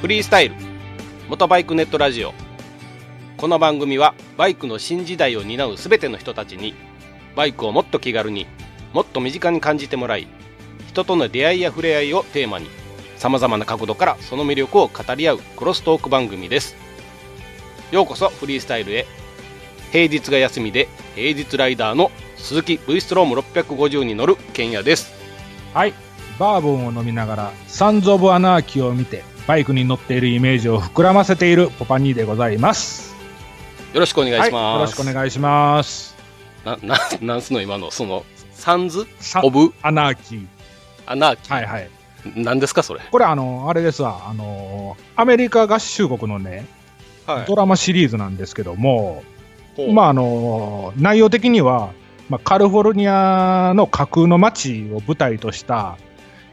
フリースタイル元バイクネットラジオこの番組はバイクの新時代を担うすべての人たちにバイクをもっと気軽にもっと身近に感じてもらい人との出会いや触れ合いをテーマにさまざまな角度からその魅力を語り合うクロストーク番組ですようこそフリースタイルへ平日が休みで平日ライダーの鈴木 V ストローム650に乗る賢也ですはい。バーボンを飲みながら、サンズ・オブ・アナーキーを見て、バイクに乗っているイメージを膨らませているポパニーでございます。よろしくお願いします、はい。よろしくお願いします。なななんすの今のそのサンズ・サオブ・アナーキー。アナーキはいはい。ーなんですかそれこれあの、あれですわ。あの、アメリカ合衆国のね、はドラマシリーズなんですけども、いまああの、内容的には、まあ、カリフォルニアの架空の街を舞台とした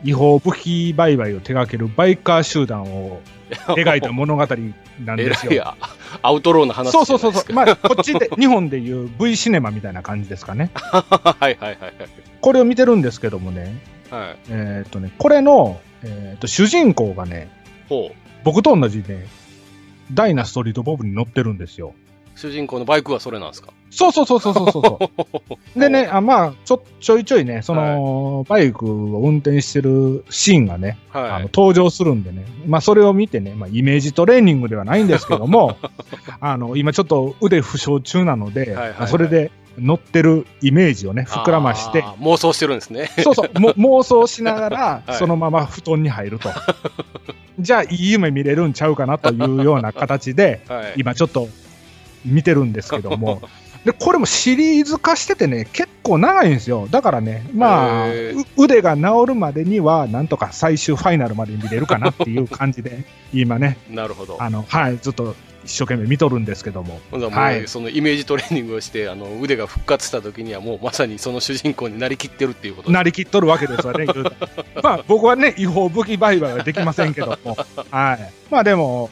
違法武器売買を手掛けるバイカー集団を描いた物語なんえでら すよい。やアウトローの話そうそうそうそう、ままあ、こっちで日本でいう V シネマみたいな感じですかね、あ、はいはいはいこれを見てるんですけどもね、はいはいえーっとねこれの、えーっと主人公がね、ほう僕と同じね、ダイナストリートボブに乗ってるんですよ。主人公のバイクはそれなんですかそうそうそうそうそうそうでね、あまあちょ、ちょいちょいね、その、バイクを運転してるシーンがね、あはのい登場するんでね、まあ、それを見てね、まあ、イメージトレーニングではないんですけ ども、あの今ちょっと腕負傷中なので、いはいはいまあそれで乗ってるイメージをね、膨らましてあ、ー妄想してるんですねそうそう、も妄想しながら は、いそのまま布団に入ると。じゃあ、いい夢見れるんちゃうかなというような形で、はい今ちょっと見てるんですけ ども。で、これもシリーズ化しててね、結構長いんですよ。だからね、まあ、へーう腕が治るまでには、なんとか最終ファイナルまで見れるかなっていう感じで、 今ね、なるほどあの、はい、ずっと一生懸命見とるんですけ ども。ほんならもう、はいそのイメージトレーニングをしてあの腕が復活した時にはもうまさにその主人公になりきってるっていうことですなりきっとるわけですわね、言うたらまあ僕はね、違法武器売買はできませんけども、はい、まあでも、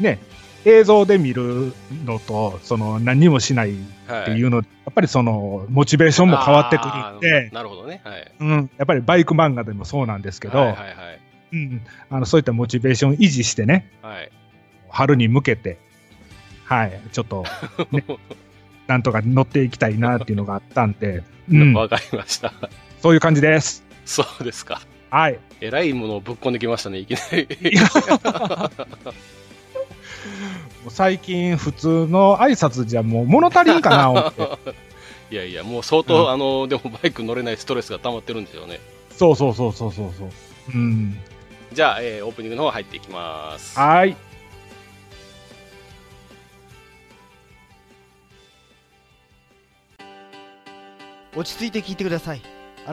ね、映像で見るのと、その何もしないっはていうの、やっぱりそのモチベーションも変わってくるんで、あーなるほどねはいうん、やっぱりバイク漫画でもそうなんですけど、はいはいはいうん、あのそういったモチベーション維持してね、はい春に向けて、はい、ちょっ と、ね、なんとか乗っていきたいなっていうのがあったんで、うん、わ、かりましたそういう感じです。そうですかはい。えらいものをぶっこんできましたねいきなりもう最近普通の挨拶じゃもう物足りんかな思って いやいや、もう相当、うんあの、でもバイク乗れないストレスが溜まってるんでしょうね。そうそうそうそうそうそううんじゃあ、えーオープニングの方入っていきます。はーい落ち着いて聞いてくださいあ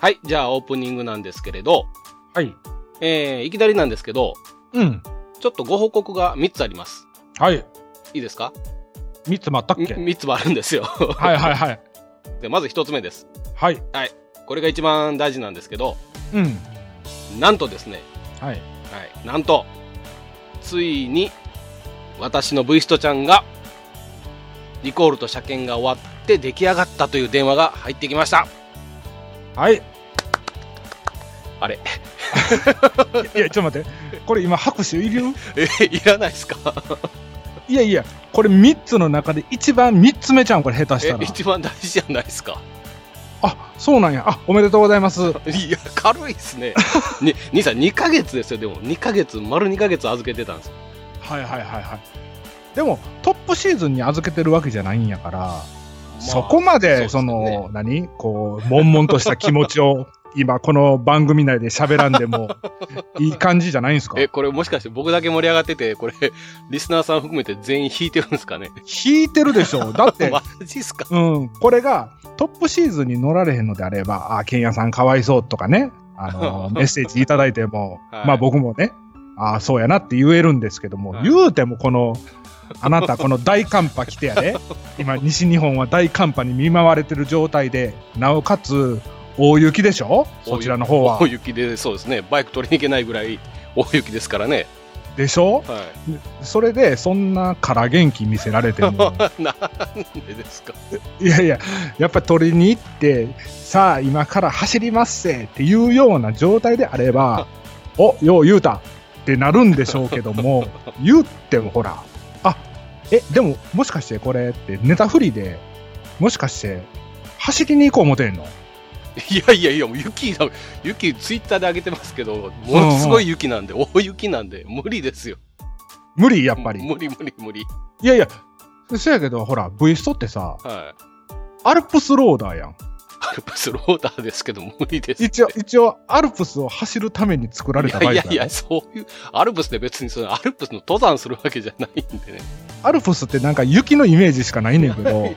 はい、じゃあ、オープニングなんですけれど、はいえー、いきなりなんですけど、うんちょっとご報告が3つあります。はいいいですか三つ待ったっみけ ?3 つもあるんですよ。 はいはいはいで、まず1つ目です。はいこれが一番大事なんですけど、うんなんとですね、はいはい、なんと、ついに、私の V ストちゃんが、リコールと車検が終わって出来上がったという電話が入ってきました。はいあれ いやちょっと待ってこれ今拍手いるえ、いらないですかいやいやこれ三つの中で一番三つ目ちゃうんこれ下手したえら一番大事じゃないですかあそうなんやあおめでとうございますいや軽いですね に兄さん2ヶ月ですよでも2ヶ月丸2ヶ月預けてたんですよはいはいはいはいでもトップシーズンに預けてるわけじゃないんやから、まあそこまでそそうです の何こう悶々とした気持ちを今この番組内で喋らんでもいい感じじゃないんですかえ、これもしかして僕だけ盛り上がってて、これ、リスナーさん含めて全員引いてるんですかね。引いてるでしょだ ってマジっすかうん、これがトップシーズンに乗られへんのであれば、あ、ケンヤさんかわいそうとかね、あのメッセージいただいても、はいまあ僕もね、あそうやなって言えるんですけども、はい言うてもこの、あなたこの大寒波来てや で、今西日本は大寒波に見舞われてる状態で、なおかつ大雪でしょそちらの方は大。雪で、そうですね。バイク取りに行けないぐらい大雪ですからね。でしょはそれでそんなから元気見せられて も。い。 なんでですかいやいや、やっぱ取りに行って、さあ、今から走りますせっていうような状態であ れば、およう言うたってなるんでしょうけ ども、言ってもほら、あえ、でも、もしかしてこれって、ネタフリで、もしかして、走りに行こう思てんのいやいやいや、もう雪だ、雪、ツイッターで上げてますけど、ものすごい雪なんで、大雪なんで、無理ですよ。無理、やっぱり。無理無理無理。いやいや、そやけど、ほら、V ストってさ、はい。アルプスローダーやん。アルプスローダーですけど、無理です。一応、一応、アルプスを走るために作られたいやバいイやクいやや、ろそういう、アルプスで別にそのアルプスの登山するわけじゃないんでね。アルプスってなんか雪のイメージしかないねんけど、い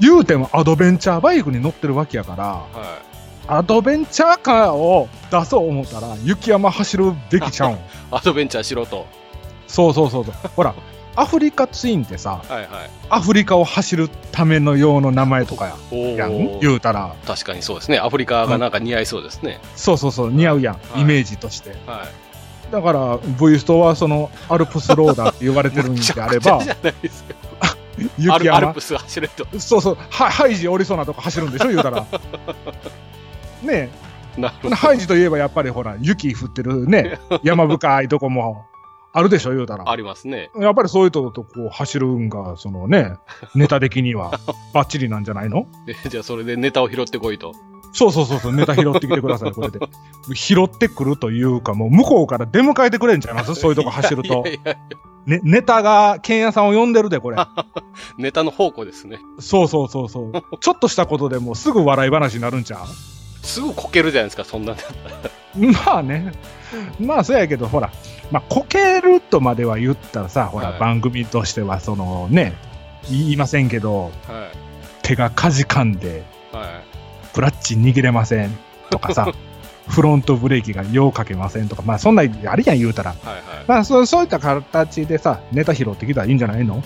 言うてもアドベンチャーバイクに乗ってるわけやからやはい。アドベンチャーカーを出そう思ったら雪山走るべきち ゃうんアドベンチャーしろと。そうそうそうそうほらアフリカツインってさはいはい。アフリカを走るための用の名前とかやおやんー言うたら確かにそうですね。アフリカがなんか似合いそうですね。そうそうそう似合うやん、いイメージとしてはだから V ストはそのアルプスローダーって言われい。てるんむちでゃあくれちゃばじゃないですか。ア雪ルアル山プス走れと。そうそうはハイジ降りそうなとこ走るんでしょ言うた らねえなるほど。ハイジといえばやっぱりほら、雪降って るね、山深いとこもあるでしょ、言うたらあ。りますね。やっぱりそういうとことこう走るんが、そ のね、ネタ的にはバッチリなんじゃないのえじゃあそれでネタを拾ってこいと。そうそうそうそう、ネタ拾ってきてください、これで。拾ってくるというか、もう向こうから出迎えてくれんちゃいますそういうとこ走るとい。やいやいやね、ネタが、ケンヤさんを呼んでるで、これ。ネタの宝庫ですね。そうそうそう そう。ちょっとしたことでもうすぐ笑い話になるんちゃうすぐこけるじゃないですか、そんなネタ。 まあね、まあそうやけど、ほら、まあ、こけるとまでは言ったらさ、ほら、はい番組としては、そのね、言いませんけど、は手がかじかんで、い。はクラッチ握れませんと かさ、フロントブレーキがようかけませんとか、まあそんな、あるやん言うたら。い。はいまあそうそういった形でさ、ネタ拾ってきたらいいんじゃないのは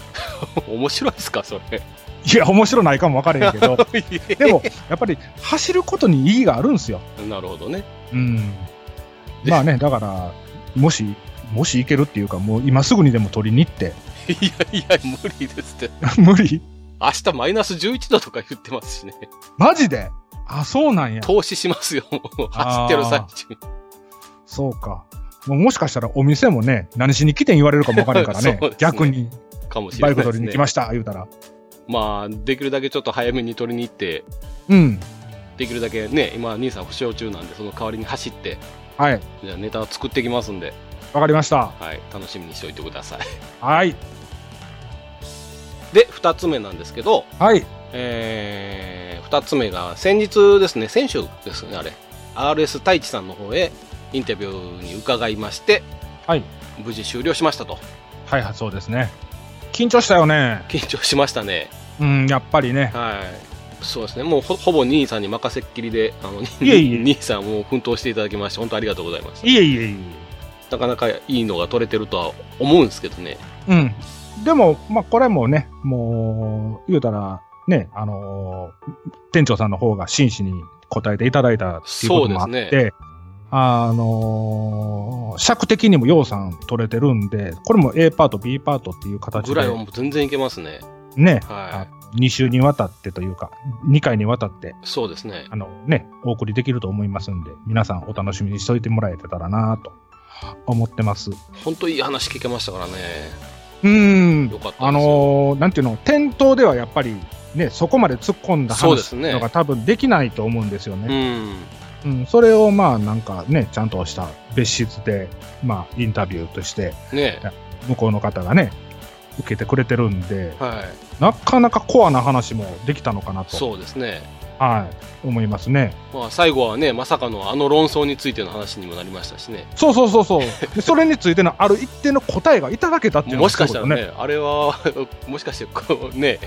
い。面白いですか、それ。いや、面白ないかも分からへんけど、 いでも、やっぱり走ることに意義があるんですよ。やなるほどね。うん。まあね、だから、もし、もし行けるっていうか、もう今すぐにでも取りに行って。 いやいや、無理ですって。無理明日マイナス11度とか言ってますしね。マジであ、そうなんや。投資しますよ、もう走ってる最中に。そうか。もうもしかしたらお店もね、何しに来てん言われるかもわからんからね そうですね逆にかもしれバなイいでクす取りに来ましした、言うたら。まあ、できるだけちょっと早めに取りに行って、うん。できるだけね、今、兄さん不傷中なんで、その代わりに走って、はい。じゃあネタを作ってきますんで、わかりました。はい、楽しみにしておいてください。はい。で、2つ目なんですけど、はい。え2つ目が、先日ですね、先週ですね、あれ、RS 太一さんの方へインタビューに伺いまして、はい。無事終了しましたと。はいはい、そうですね。緊張したよね。緊張しましたね。うん、やっぱりね。はい。そうですね、もうほほぼ兄さんに任せっきりで、あのいえい え兄さんも奮闘していただきまして、本当ありがとうございました。いえいえいえ。なかなかいいのが取れてるとは思うんですけどね。うん。でも、まあ、これもね、もう、言うたら、ね、あのー店長さんの方が真摯に答えていただいたっていうこともあって、そうですあのー尺的にも洋さん取れてるんで、これも A パート、B パートっていう形ぐらいはでも、う全然いけますね。ね、は2週にわたってというか、2回にわたって、い。そうですね。あのね、お送りできると思いますんで、皆さんお楽しみにしといてもらえてたらなと思ってます。本当いい話聞けましたからね。うんよ。かったですよあのーなんていうの、店頭ではやっぱり、ね、そこまで突っ込んだそうで話すねのが多分できないと思うんですようね。ん。うん、それをまあなんかね、ちゃんとした別室で、まあインタビューとして、ねえ。向こうの方がね、受けてくれてるんで、はい。なかなかコアな話もできたのかなとそうですね。はい、思いますね。まあ、最後はねまさかのあの論争についての話にもなりましたしねそうそうそうそう。でそれについてのある一定の答えがいただけたっていうのもがしすかごいしこたとらね。あれは もしかしてこうね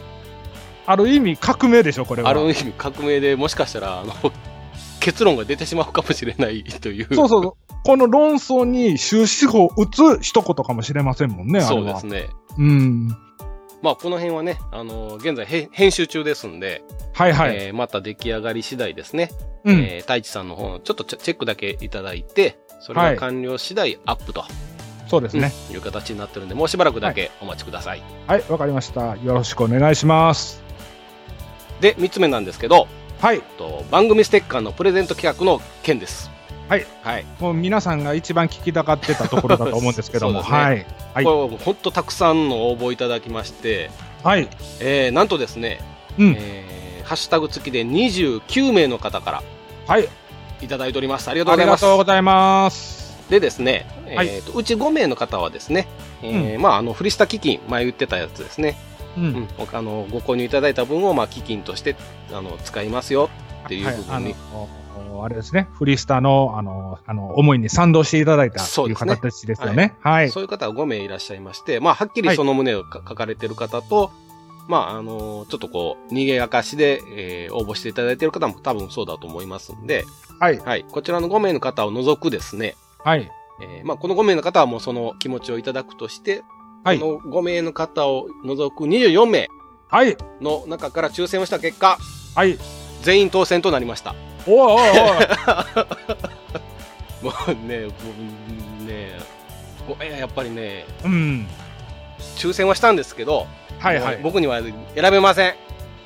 ある意味革命でしょ、これは。ある意味革命でもしかしたらあの 結論が出てしまうかもしれないというそうそうそう。この論争に終止符を打つ一言かもしれませんもんね、あれそは。うですねうん。まあこの辺はねあの現在へ編集中ですんで、はいはい。えーまた出来上がり次第ですね、うん、えー太一さんの方のちょっとチェチェックだけいただいてそれはがい完了次第アップとそうですね。いう形になってるんで、もうしばらくだけお待ちください、はい、わかりました。よろしくお願いします。で3つ目なんですけどはい。と番組ステッカーのプレゼント企画の件ですはい、はい、もう皆さんが一番聞きたがってたところだと思うんですけども、 そうはでい。はいこれはもう本当たくさんの応募いただきまして、はい。えーなんとですね、うんえーハッシュタグ付きで29名の方からはい。いただいておりますありがとうあござりいまがすとうございます。でですね、はいえーとうち5名の方はですね、えーまああのフリスタ基金前言ってたやつですね、ううんん。おあのご購入いただいた分をまあ基金としてあの使いますよっていうはい部分あに、の、あれですね、フリスタの、あの、あの、思いに賛同していただいたそとうでいうすね形ですよね。はい。そういう方が5名いらっしゃいまして、まあ、はっきりその旨をか書かれてる方と、まあ、あのーちょっとこう、逃げ明かしで、えー応募していただいてる方も多分そうだと思いますんで、はい。はい、こちらの5名の方を除くですね、はい。えーまあ、この5名の方はもうその気持ちをいただくとして、はいこの5名の方を除く24名はい。の中から抽選をした結果、はい。全員当選となりました。おい おいおい。もうね、もうね、ごめんやっぱりね、うん。抽選はしたんですけど、はいもはうい。僕には選べません。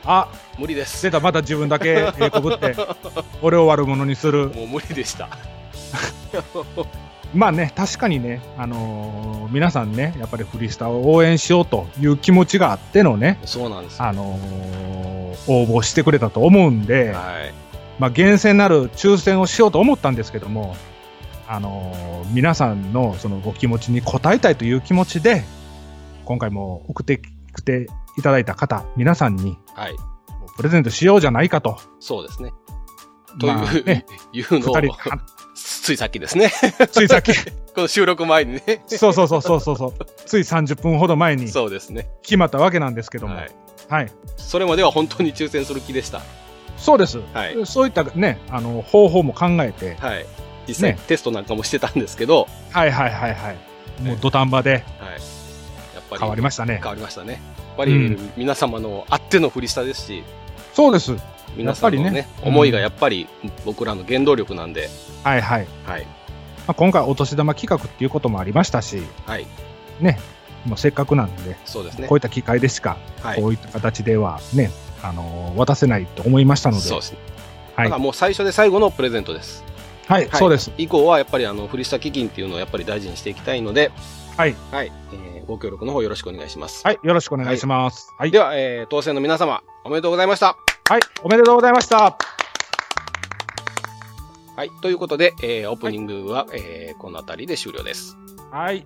あ、無理です。出た、また自分 だけ、えーこぶって、俺を悪者にする。もう無理でした。まあね、確かにね、あのー皆さんね、やっぱりフリスタを応援しようという気持ちがあってのね、そうなんですよ。あのー応募してくれたと思うんはで、い。まあ、厳選なる抽選をしようと思ったんですけども、あのー皆さんのそのご気持ちに応えたいという気持ちで、今回も送ってきていただいた方、皆さんにはい。もうプレゼントしようじゃないかと。そうですね。という、まあね、いう二の人をで、、ついさっきですね。あついさっき、この収録前にね。そうそうそうそうそうそう、つい30分ほど前にそうですね。決まったわけなんですけども、はい。はい、それまでは本当に抽選する気でした。そうです、はいそういったね、あの、方法も考えて、はい。実際、ねテストなんかもしてたんですけど、はいはいはいはい。もう土壇場ではい。やっぱり変わりましたね変。わりましたね。やっぱり、う皆様のあっての振り下ですし、そうです。皆さんのね、やっぱりねうん思いがやっぱり僕らの原動力なんで、はいはい。はい。まあ、今回お年玉企画っていうこともありましたし、はい。ね、もうせっかくなんで、そうですねこう。いった機会でしか、はいこ。ういった形ではね、あのー渡せないと思いましたので、そうですね。だはいからもう最初で最後のプレゼントです。はい、はいそうです。以降はやっぱりあのフリスタ基金っていうのをやっぱり大事にしていきたいので、はい、はい、えーご協力の方よろしくお願いします。はい、よろしくお願いします。はい、では、えー当選の皆様、おめでとうございました。はい、おめでとうございました。はい、ということで、えーオープニングは、えーこの辺りで終了です。はい。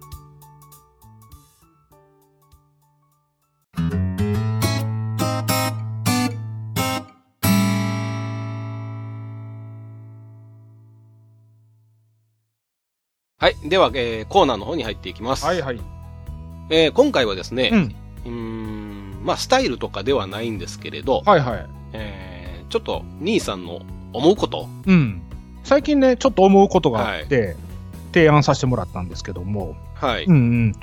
はい、では、えーコーナーの方に入っていきます。はいはい。えー今回はですね、うん。うーん、まあ、スタイルとかではないんですけれど、はいはい。えーちょっと、兄さんの思うこと、うん。最近ね、ちょっと思うことがあって、提案させてもらったんですけども、はい、うんうん。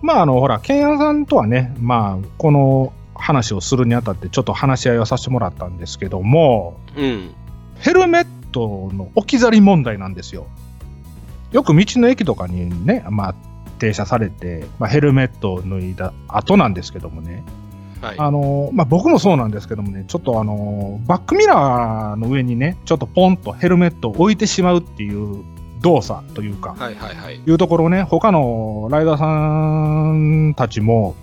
まあ、あの、ほら、ケンヤンさんとはね、まあ、この話をするにあたって、ちょっと話し合いをさせてもらったんですけども、うん、ヘルメットの置き去り問題なんですよ。よく道の駅とかにね、まあ、停車されて、まあ、ヘルメットを脱いだ後なんですけどもね、はい、あの、まあ、僕もそうなんですけどもね、ちょっとあの、バックミラーの上にね、ちょっとポンとヘルメットを置いてしまうっていう動作というか、はい、はい、はい、いうところをね、他のライダーさんたちも、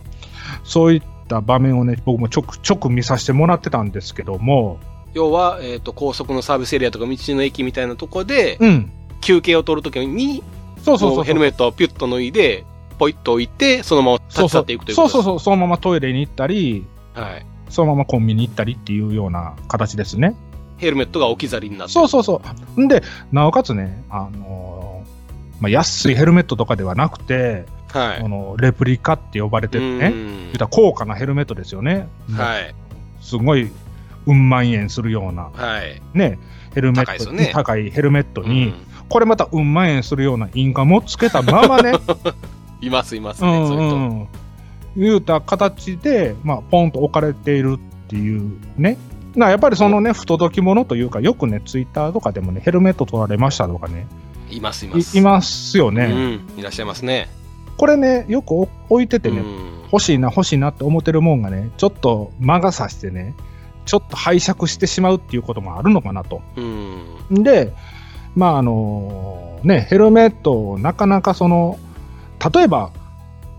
そういった場面をね、僕もちょくちょく見させてもらってたんですけども、要は、えっ、と、高速のサービスエリアとか道の駅みたいなとこで、うん。休憩を取るときに、そうそうもそうう。ヘルメットをピュッと脱いで、ポイッと置いて、そのまま立ち去っていくというこそうとそうですそう、そのままトイレに行ったり、はい。そのままコンビニ行ったりっていうような形ですね。ヘルメットが置き去りになってそうそうそう。んで、なおかつね、あのーまあ、安いヘルメットとかではなくて、はいこのレプリカって呼ばれてるね、うん言ったら高価なヘルメットですよね。はいすごい、うん万円するような、はいね、ヘルメット高いですよね高いヘルメットうに、んこれまたうん万円するような印鑑もつけた ままね、いますいますうねんそういう人うん、言うた形で、まあ、ポンと置かれているっていうね。なやっぱりそのね、不届き者というか、よくね、ツイッターとかでもね、ヘルメット取られましたとかね、いますいまいすいますよね。うんいらっしゃいますねこれね、よく置いててね、うん欲しいな、欲しいなって思ってるもんがね、ちょっと魔が差してね、ちょっと拝借してしまうっていうこともあるのかなと。うんで、まああのね、ヘルメットをなかなかその、例えば、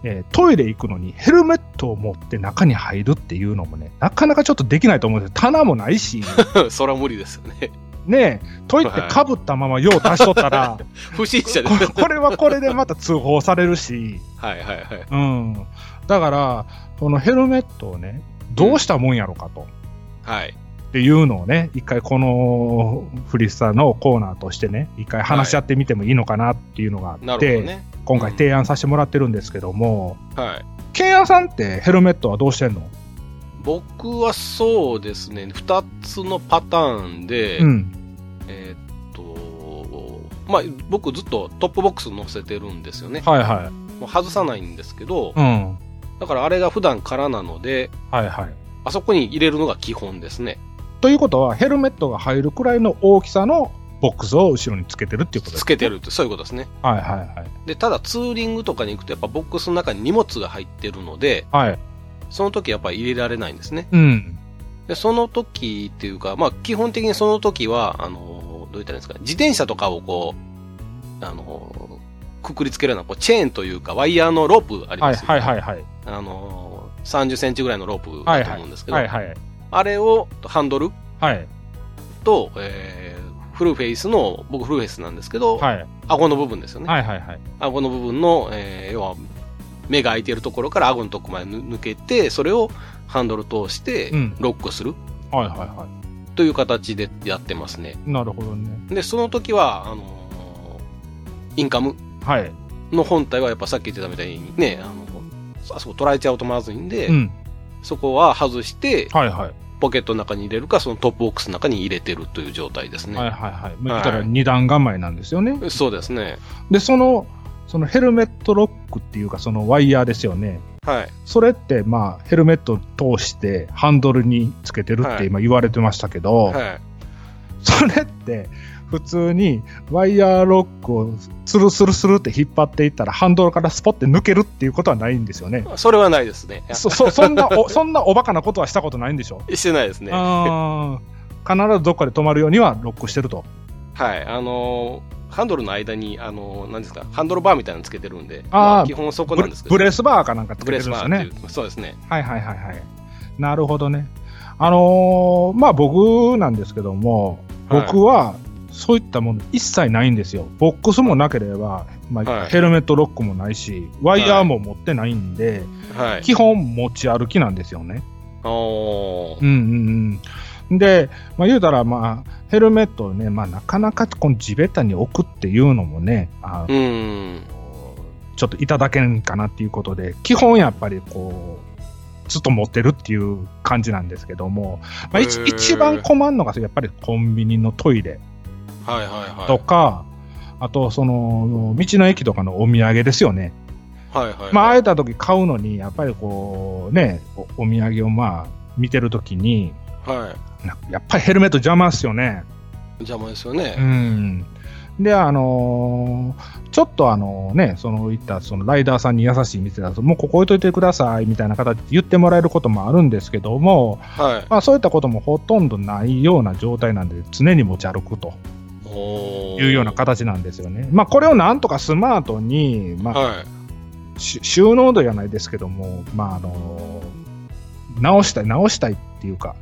えートイレ行くのにヘルメットを持って中に入るっていうのもね、なかなかちょっとできないと思うんですよ。棚もない し、そら無理ですよね ね、トイレかぶったまま用出しとったら、不審者でこすれこれはこれでまた通報されるし、 はいはいはいうん。だから、そのヘルメットをね、どうしたもんやろかと。はいっていうのをね、一回このフリスタのコーナーとしてね、一回話し合ってみてもいいのかなっていうのがあなっるて、ほどね今回提案させてもらってるんですけども、はいケンヤさんってヘルメットはどうしてんの僕はそうですね2つのパターンで、うん。えーっとまあ僕ずっとトップボックス載せてるんですよねはいはもう外さないんですけどい。うん。だからあれが普段からなのではいはい。あそこに入れるのが基本ですねということは、ヘルメットが入るくらいの大きさのボックスを後ろにつけてるっていうことですつけて。るってそういうことですねはいはいでただツーリングとかに行くとやっぱボックスの中に荷物が入ってるのではい。はい。その時やっぱり入れられないんですねうん。でその時っていうかまあ基本的にその時はあのどういったらいいんですか自転車とかをこうあのくくりつけるようなこうチェーンというかワイヤーのロープありはまいすよねはいはいはい。あの30センチぐらいのロープだと思うんですけど、はいはい。あれをハンドルはい。と、えーフルフェイスの、僕フルフェイスなんですけど、はい。顎の部分ですよね。はいはいはい。顎の部分の、えー要は目が開いているところから顎のとこまでぬ抜けて、それをハンドル通してうんロックするはいはいはという形でやってますね。い。なるほどね。で、その時は、あのーインカムはい。の本体はやっぱさっき言ってたみたいにね、あのあそこ捉えちゃうとまずいんで、うん。そこは外して、はいはい。ポケットの中に入れるか、そのトップボックスの中に入れてるという状態ですね。はいはいはい。まあ言ったら二段構えなんですよね。そうですね。で、その、そのヘルメットロックっていうか、そのワイヤーですよね。はい。それって、まあ、ヘルメットを通してハンドルにつけてるっはてい今言われてましたけど、はい。それって、普通にワイヤーロックをスルスルスルって引っ張っていったら、ハンドルからスポって抜けるっていうことはないんですよね。それはないですね。そ、そ、そんなお、そんなおバカなことはしたことないんでしょしてないですね。はあー必ずどっかで止まるようにはロックしてると。い。あのーハンドルの間に、あのー何ですか、ハンドルバーみたいなのつけてるんで、あーま基本そこなんですけど、ブレブレスバーかなんかつけブてレるんですスバよねーっていう、そうですね。はいはいはいはい。なるほどね。あのーまあ僕なんですけども、はい僕はそういったもの一切ないんですよ。ボックスもなければ、まあはいヘルメットロックもないし、ワイヤーも持ってないんで、はい。基本持ち歩きなんですよね。おーうんうんうん。で、まあ、言うたら、まあ、ヘルメットをね、まあ、なかなかこの地べたに置くっていうのもね、あうーん。ちょっといただけんかなっていうことで、基本やっぱりこう、ずっと持ってるっていう感じなんですけども、まあ、一へー一番困るのがやっぱりコンビニのトイレはいはいとはか、あとその道の駅とかのお土産ですよね。い。はいはいはい。まあ、会えた時買うのに、やっぱりこうね、おお土産をまあ見てる時に、はなやっぱりヘルメット邪魔っすよね。い。邪魔ですようね。ん。で、あのーちょっとあのね、そのいったそのライダーさんに優しい店だと、もうここ置いといてくださいみたいな形で言ってもらえることもあるんですけども、はい。まあそういったこともほとんどないような状態なんで、常に持ち歩くとおーいうような。形なんですよね。まあこれをなんとかスマートに、まあ、はい。し収納度じゃないですけども、まああのー直したい、直したいっていうか、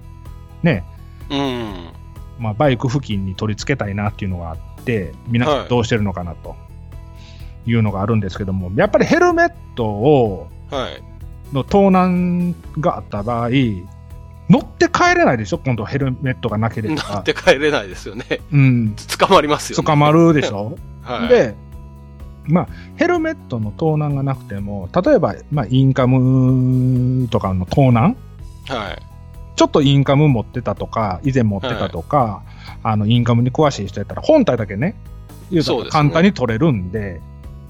ね、うん。まあ、バイク付近に取り付けたいなっていうのがあって、皆さはんいどうしてるのかなというのがあるんですけども、やっぱりヘルメットをはい。の盗難があった場合、乗って帰れないでしょ今度ヘルメットがなけれ乗っば。て帰れないですよね。 うん。捕まりますよ、ね。捕まるでしょ、はい、で、まあ、ヘルメットの盗難がなくても、例えば、まあ、インカムとかの盗難はい。ちょっとインカム持ってたとか、以前持ってたとか、あのインカムに詳しい人やったら、本体だけね、言うそうとですね簡単に取れるんで、で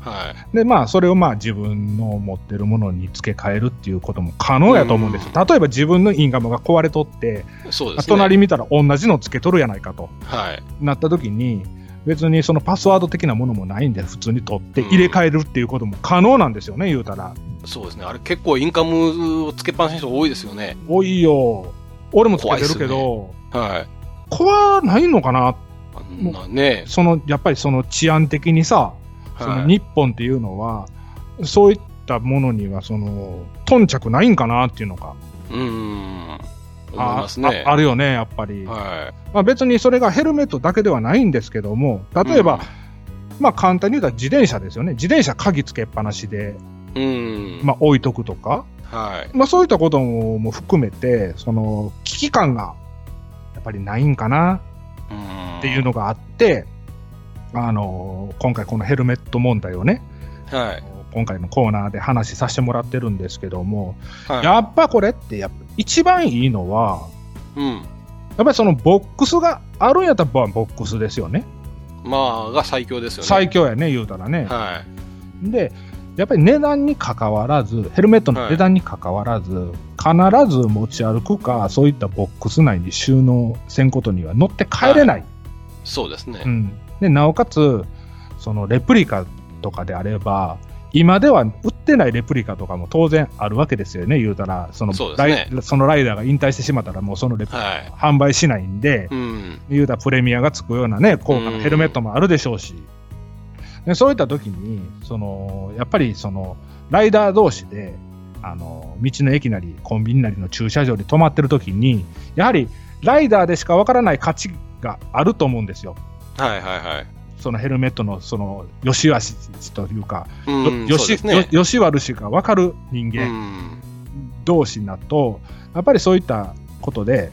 はい。まあ、それをまあ自分の持ってるものに付け替えるっていうことも可能やと思うんです。例えば自分のインカムが壊れとって、そうですね。隣見たら同じの付けとるやないかとはい。なった時に、別にそのパスワード的なものもないんで、普通に取ってうん入れ替えるっていうことも可能なんですよね、言うたら。そうですね。あれ結構インカムをつけっぱなしの人多いですよね。おいよ、俺も付けてるけど、はい。壊ないのかなあんなね。そのやっぱりその治安的にさ、そのはい。日本っていうのは、そういったものにはその頓着ないんかなっていうのが、うーん。思いあますね。ああるよね、やっぱり、はまあ、別にそれがヘルメットだけではないんですけども、い。例えば、まあ、簡単に言うたら自転車ですよね、自転車、鍵つけっぱなしで、うん、うん。まあ、置いとくとか、はい。まあ、そういったこともも含めて、その危機感がやっぱりないんかなうんっていう。のがあって、あの今回、このヘルメット問題をね、はい。今回のコーナーで話させてもらってるんですけども、はい。やっぱこれってやっぱ一番いいのはうん。やっぱりそのボックスがあるんやったらまあボックスですよねまあ、が最強ですよね。最強やね言うたらね、はでやっぱり値段にかかわらずヘルメットの値段にかかわらず、必ず持ち歩くかそういったボックス内に収納せんことには乗って帰れない、い。そうですねう。ん、でなおかつそのレプリカとかであれば今では売ってないレプリカとかも当然あるわけですよね言うたらそのそうですライねそのライダーが引退してしまったらもうそのレプリカはい。販売しないんで、うん。言うたらプレミアがつくようなね高価なヘルメットもあるでしょうし、でそういった時にそのやっぱりそのライダー同士であの道の駅なりコンビニなりの駐車場に止まってる時にやはりライダーでしかわからない価値があると思うんですよ。はいはいはい。そのヘルメットのその良し悪しというか、うん。よそうしですね。よし悪しが分かる人う間ん。同士だと、やっぱりそういったことで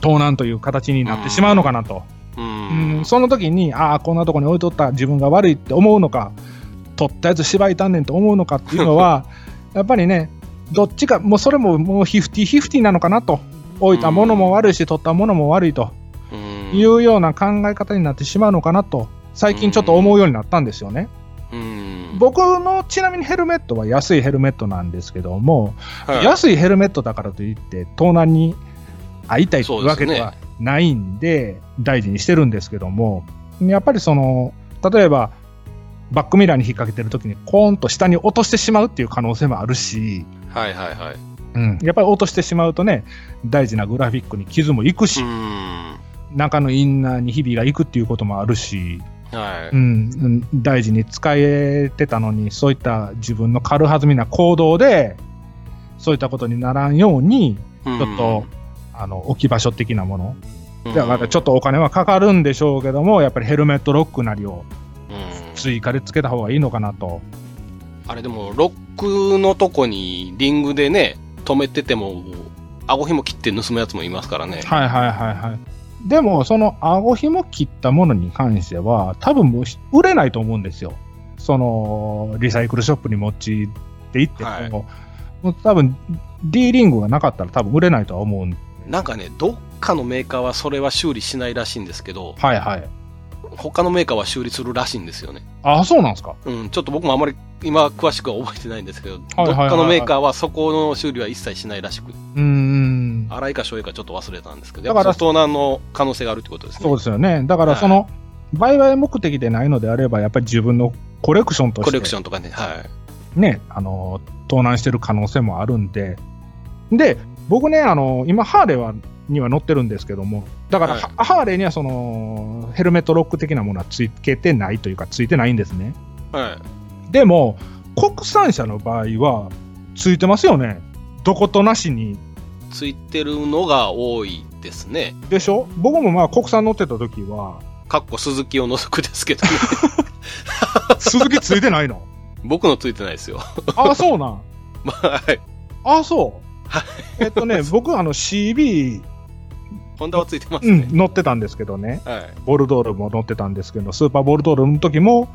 盗難という形になってしまうのかなと、う。うんんその時にああこんなとこに置いとった自分が悪いって思うのか取ったやつ芝居たんねんと思うのかっていう のはやっぱりねどっちかもうそれももうヒフティヒフティなのかなと置いたものも悪いし取ったものも悪いとうんいうような考え方になってしまうのかなと最近ちょっと思うようになったんですよね。うん。僕のちなみにヘルメットは安いヘルメットなんですけども、はい安いヘルメットだからといって盗難に遭いたいというわけではないんで大事にしてるんですけどもやっぱりその例えばバックミラーに引っ掛けてる時にコーンと下に落としてしまうっていう可能性もあるし、はいはいはい。やっぱり落としてしまうとね大事なグラフィックに傷もいくし、うん。中のインナーにひびがいくっていうこともあるしはうい。ん、うん大事に使えてたのにそういった自分の軽はずみな行動でそういったことにならんようにちちょっと、あの置き場所的なものうん、だからちょっとお金はかかるんでしょうけどもやっぱりヘルメットロックなりをうん追加でつけた方がいいのかなとあれでも、ロックのとこにリングでね、止めてても、顎紐切って盗むやつもいますからね。はいはいはいはいでもその顎ひも切ったものに関しては多分もう売れないと思うんですよそのリサイクルショップに持ちって行っても、はいもう多分 D リングがなかったら多分売れないとは思うんなんかね、どっかのメーカーはそれは修理しないらしいんですけど、はいはい他のメーカーは修理するらしいんですよね。あそうなんですかうん、ちょっと僕もあまり今詳しくは覚えてないんですけど、はいはいはいはいどっかのメーカーはそこの修理は一切しないらしく、うーん粗いか醤油かちょっと忘れたんですけど、だからやっぱ盗難の可能性があるってことですね。そうですよねだからその売買目的でないのであればやっぱり自分のコレクションとコしレクシてョンとかね、はい。ね、あの、盗難してる可能性もあるんで。で、僕ね、あの、今、ハーレーは、には乗ってるんですけども、だから、はいハハーレーにはその、ヘルメットロック的なものはつけてないというか、ついてないんですね。はい。でも、国産車の場合は、ついてますよね。どことなしに。ついてるのが多いですね。でしょ僕もまあ、国産乗ってた時は、かっこ鈴木を除くですけどね。 鈴木ついてないの。僕のついてないですよ。 ああ、そうなん。まあはい。ああ、そう。えっとね、僕、あの CB、ホンダはついてますうね。ん、乗ってたんですけどね、はい。ボルドールも乗ってたんですけど、スーパーボルドールの時も、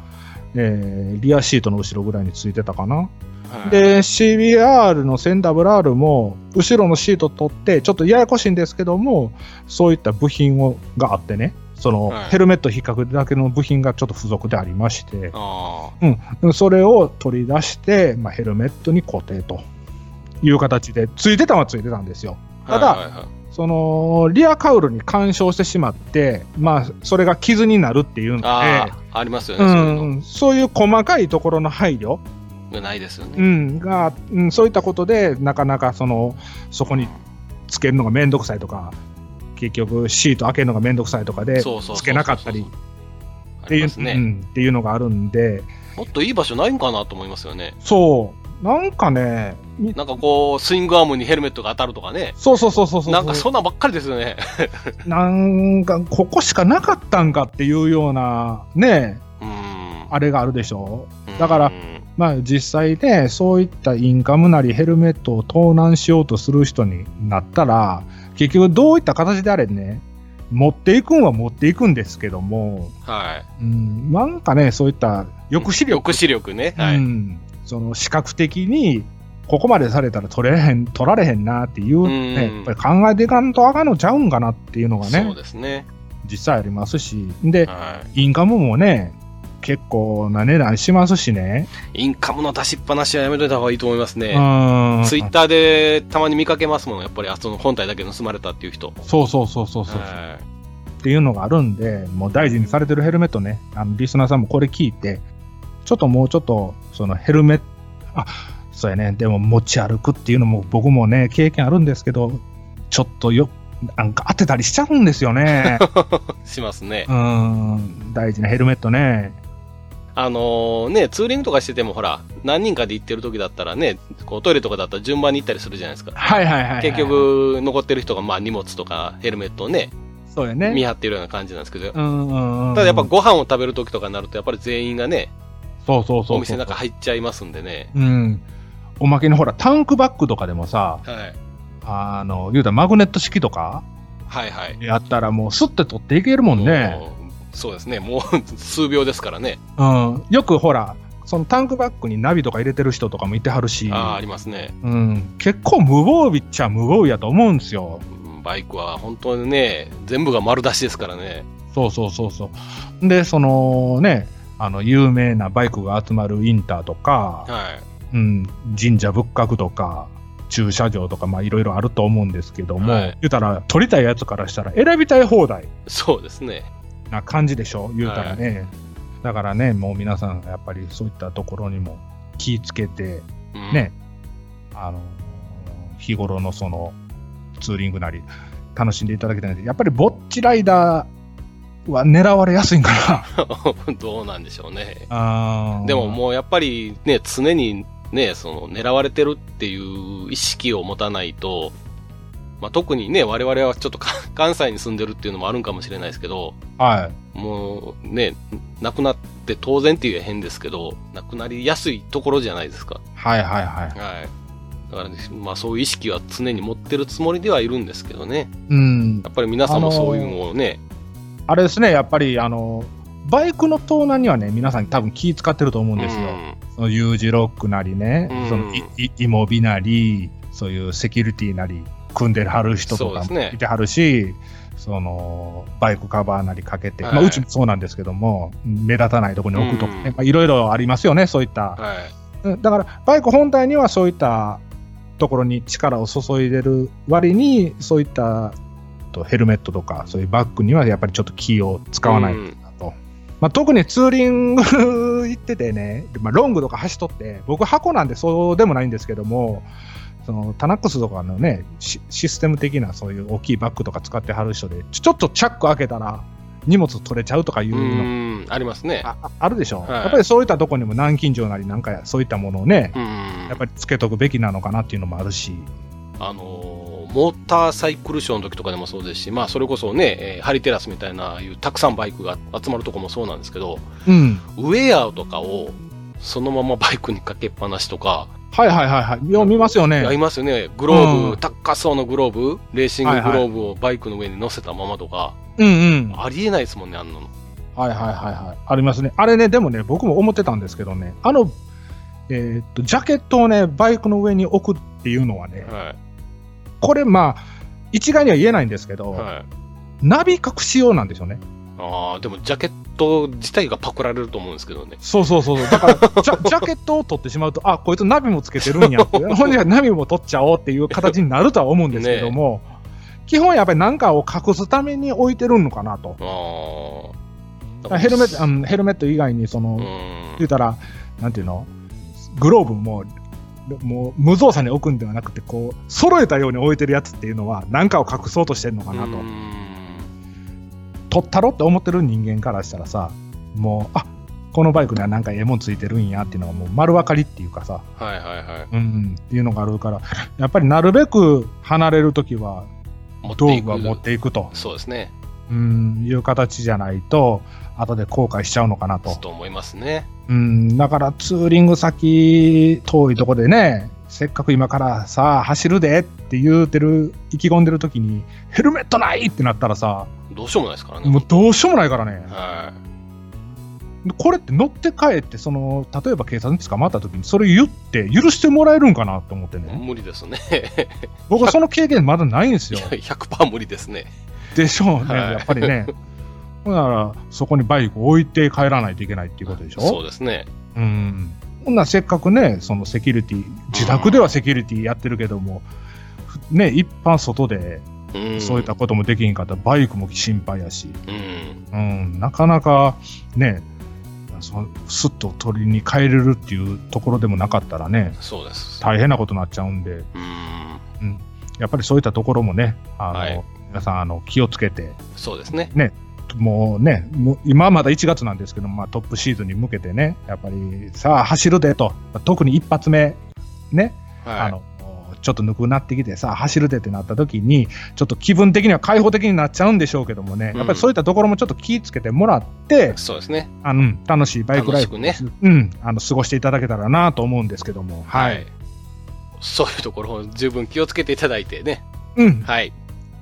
えーリアシートの後ろぐらいについてたかな。はい、で、CBR の 1000WR も、後ろのシート取って、ちょっとややこしいんですけども、そういった部品をがあってね、その、はいヘルメット比較だけの部品がちょっと付属でありまして、あそれを取り出して、まあ、ヘルメットに固定という形で、ついてたのはついてたんですよ。あ。ただはいはいはいそのリアカウルに干渉してしまって、まあ、それが傷になるっていうので、あー、ありますよね。うそういうのん、そういう細かいところの配慮、がないですよね。うん、が、うん、そういったことで、なかなかそのそこにつけるのがめんどくさいとか、結局、シート開けるのがめんどくさいとかで、そうそうそうそうつけなかったりあっていりうますね、うん、っていうのがあるんで、もっといい場所ないんかなと思いますよね。そう、なんかね、みなんかこう、スイングアームにヘルメットが当たるとかね。そうそうそうそうそう、なんかそんなんばっかりですよ ね。なんかここしかなかったんかっていうような、ね、うんあれがあるでしょ。だからうんまあ、実際でそういったインカムなりヘルメットを盗難しようとする人になったら結局どういった形であれね持っていくんは持っていくんですけども、はい。うん、なんかねそういった抑止力、抑止力ね。うはい。ん、その視覚的にここまでされたら取れへん取られへんなっていう、ねうんやっぱり考えていかんとあかんのちゃうんかなっていうのがそねうですね。実際ありますしではインカムもね結構な値段しますしね。い。インカムの出しっぱなしはやめといた方がいいと思いますね。うんツイッターでたまに見かけますもん、やっぱり、あその本体だけ盗まれたっていう人。そうそうそうそうそう、はっていうのがあるんで、もう大事にされてるヘルメットね、あのリスナーさんもこれ聞いて、ちょっともうちょっと、そのヘルメット、あそうやね、でも持ち歩くっていうのも僕もね、経験あるんですけど、ちょっとよ、なんか当てたりしちゃうんです よね。いしますねう。ーん、大事なヘルメットね。あのーね、ツーリングとかしてても、ほら、何人かで行ってる時だったらね、こうトイレとかだったら順番に行ったりするじゃないですか。はいはいはい、はい。結、局、残ってる人が、まあ、荷物とかヘルメットをね、そうや見ね。張ってるような感じなんですけど、うんうんうん、ただやっぱご飯を食べる時とかになると、やっぱり全員がね、そうそうそうそうお店の中入っちゃいますんでね。うん。おまけにほら、タンクバッグとかでもさ、はい。あの、言うたらマグネット式とか、はいはい。やったらもうスッて取っていけるもんね。もうそうですね。もう数秒ですからね。うん。よくほら、そのタンクバッグにナビとか入れてる人とかもいてはるし、ああ、ありますね。うん、結構無防備っちゃ無防備やと思うんですよ。うんバイクは本当にね、全部が丸出しですからね。そうそうそうそう。で、そのね、あの、有名なバイクが集まるインターとか、はい。うん、神社仏閣とか、駐車場とか、まあいろいろあると思うんですけども、はい言うたら、取りたいやつからしたら選びたい放題。そうですね。な感じでしょ言うたらね、だからねもう皆さんやっぱりそういったところにも気ぃつけてうんねあの日頃のそのツーリングなり楽しんでいただきたいのでやっぱりぼっちライダーは狙われやすいんか どうなんでしょうね。なあーでももうやっぱりね、常にね、その狙われてるっていう意識を持たないと、まあ、特にね、我々はちょっとか関西に住んでるっていうのもあるんかもしれないですけど、はいもうね、亡くなって当然っていう変ですけど、亡くなりやすいところじゃないですか。はいはいははいい。だからね、まあそういう意識は常に持ってるつもりではいるんですけどね。うんやっぱり皆さんもそういうのをね、あれですねやっぱりあのバイクの盗難にはね皆さん多分気使ってると思うんですよ、その U 字ロックなりね、うんそのいいイモビなり、そういうセキュリティなり、組んではる人とそうかですもねいてはるし、そのバイクカバーなりかけて、はいまあ、うちもそうなんですけども、目立たないところに置くとかうんね、まあいろいろありますよね、そういった。はい。うんだから、バイク本体にはそういったところに力を注いでる割に、そういったとヘルメットとか、そういうバッグにはやっぱりちょっと気を使わないとうんなと。まあ、特にツーリング行っててね、まあ、ロングとか走っとって、僕、箱なんでそうでもないんですけども、そのタナックスとかのね、シシステム的なそういう大きいバッグとか使ってはる人で、ちょちょっとチャック開けたら荷物取れちゃうとかいううのん、ありますね。あああるでしょ、はいやっぱりそういったとこにも南京錠なりなんかそういったものをね、うん。やっぱりつけとくべきなのかなっていうのもあるし、あのーモーターサイクルショーの時とかでもそうですし、まあ、それこそね、えーハリテラスみたいな、ああいうたくさんバイクが集まるとこもそうなんですけど、うん、ウェアとかをそのままバイクにかけっぱなしとか、はいはいはいはい。よう見ますよね。あはいりますよね。グローブ、うん高そうなグローブ、レーシングはいはいグローブをバイクの上に乗せたままとか、うんうん。はいありえないですもんね、あんなの。はいはいはい。ありますね。あれね、でもね、僕も思ってたんですけどね、あの、えーっと、ジャケットをね、バイクの上に置くっていうのはね、はこれまあ、一概には言えないんですけい。ど、はい、ナビ隠し用なんですよね。ああ、でもジャケット自体がパクられると思うんですけどね。そうそうそうそう。だから、ジャ ジャケットを取ってしまうと、あ、こいつナビもつけてるんやって。 ほんじゃ、ナビも取っちゃおうっていう形になるとは思うんですけども、基本やっぱり何かを隠すために置いてるのかなと。ああ。ヘルメット、あのヘルメット以外に、その、う言ん。うたら、なんていうのグローブも、もう無造作に置くんではなくて、こう、揃えたように置いてるやつっていうのは、何かを隠そうとしてるのかなと。うん取ったろって思ってる人間からしたらさ、もう、あこのバイクにはなんかええもんついてるんやっていうのがもう丸分かりっていうかさ、はいはいはい。うん、っていうのがあるから、やっぱりなるべく離れるときは、持っ道てい具はく。持っていくと、そうですね。うん、いう形じゃないと、後で後悔しちゃうのかなと。と思いますね。うん、だからツーリング先、遠いとこでね、せっかく今からさ、走るでって言うてる、意気込んでるときに、ヘルメットないってなったらさ、どうしようもないですからね。もうどうしようもないからね。はでこれって乗って帰って、その、例えば警察に捕まったときに、それ言って、許してもらえるんかなと思ってい。ね。無理ですね。僕はその経験まだないんですよ。 100%無理ですね。でしょうね、はいやっぱりね。ほんなら、そこにバイク置いて帰らないといけないっていうことでしょそうですね。うん。ほんならせっかくね、そのセキュリティ、自宅ではセキュリティやってるけども、ね、一般外でうんそういったこともできんかったら、バイクも心配やし、うん。うん、なかなかね、そすっと取りに帰れるっていうところでもなかったらね、そうです。大変なことになっちゃうんで、うん。やっぱりそういったところもね、あの、はい皆さんあの気をつけて、そうですね。もうね、もう今まだ1月なんですけど、まあ、トップシーズンに向けてね、やっぱりさあ、走るでと、特に一発目、ね、はあい。のちょっとぬくなってきてさあ、走るでってなった時に、ちょっと気分的には開放的になっちゃうんでしょうけどもね、うんやっぱりそういったところもちょっと気をつけてもらって、そうですね。あのうん楽しいバイクライブ、楽しうん、あの過ごしていただけたらなと思うんですけども、はい。そういうところを十分気をつけていただいてね。うん、はい。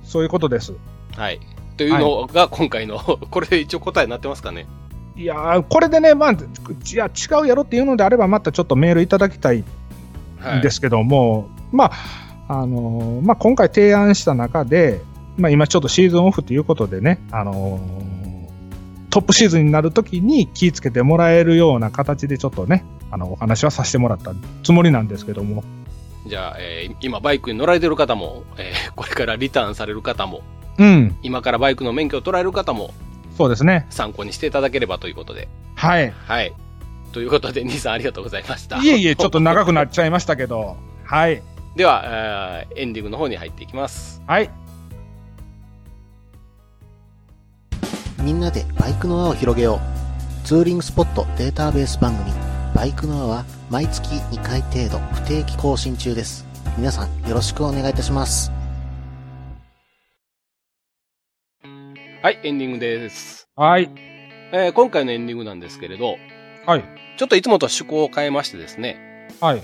そういうことです。はい。というのが今回の、 これ一応答えになってますかね。いやーこれでね、まあ、いや違うやろっていうのであれば、またちょっとメールいただきたいはい。ですけども、まああのーまあ、今回提案した中で、まあ、今ちょっとシーズンオフということでね、あのートップシーズンになるときに気をつけてもらえるような形でちょっとねあのお話はさせてもらったつもりなんですけどもじゃあ、えー今バイクに乗られてる方も、えーこれからリターンされる方も、うん今からバイクの免許を取られる方もそうですね参考にしていただければということで。はいはい。ということで、兄さんありがとうございました。いえいえちょっと長くなっちゃいましたけどはい では、えーエンディングの方に入っていきます。はいみんなでバイクの輪を広げよう。ツーリングスポットデータベース番組、バイクの輪は毎月2回程度不定期更新中です。皆さんよろしくお願いいたします。はい、エンディングです。はいえー今回のエンディングなんですけれど、はいちょっといつもと趣向を変えましてですね、はい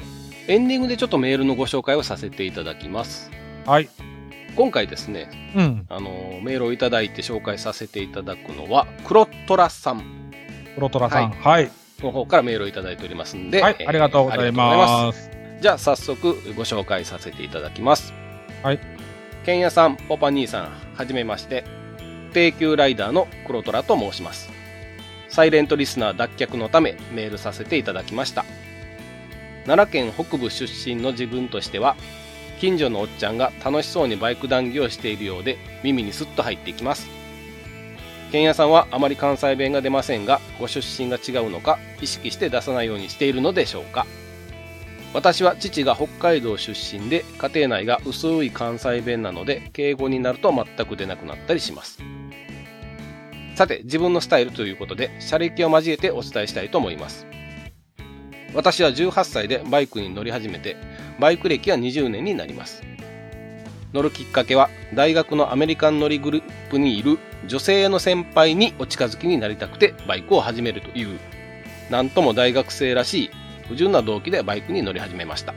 エンディングでちょっとメールのご紹介をさせていただきます。はい今回ですね、うんあのーメールをいただいて紹介させていただくのは、クロトラさんプロトラさんはいの方からメールをいただいておりますんで、はいえーありがとうございますじゃあ早速ご紹介させていただきます。はい。けんやさん、ポパ兄さん、はじめまして。低級ライダーの黒虎と申します。サイレントリスナー脱却のためメールさせていただきました。奈良県北部出身の自分としては、近所のおっちゃんが楽しそうにバイク談義をしているようで耳にすっと入ってきます。けんやさんはあまり関西弁が出ませんが、ご出身が違うのか意識して出さないようにしているのでしょうか。私は父が北海道出身で家庭内が薄い関西弁なので敬語になると全く出なくなったりしますさて自分のスタイルということで車歴を交えてお伝えしたいと思います私は18歳でバイクに乗り始めてバイク歴は20年になります乗るきっかけは大学のアメリカン乗りグループにいる女性の先輩にお近づきになりたくてバイクを始めるというなんとも大学生らしい不純な動機でバイクに乗り始めました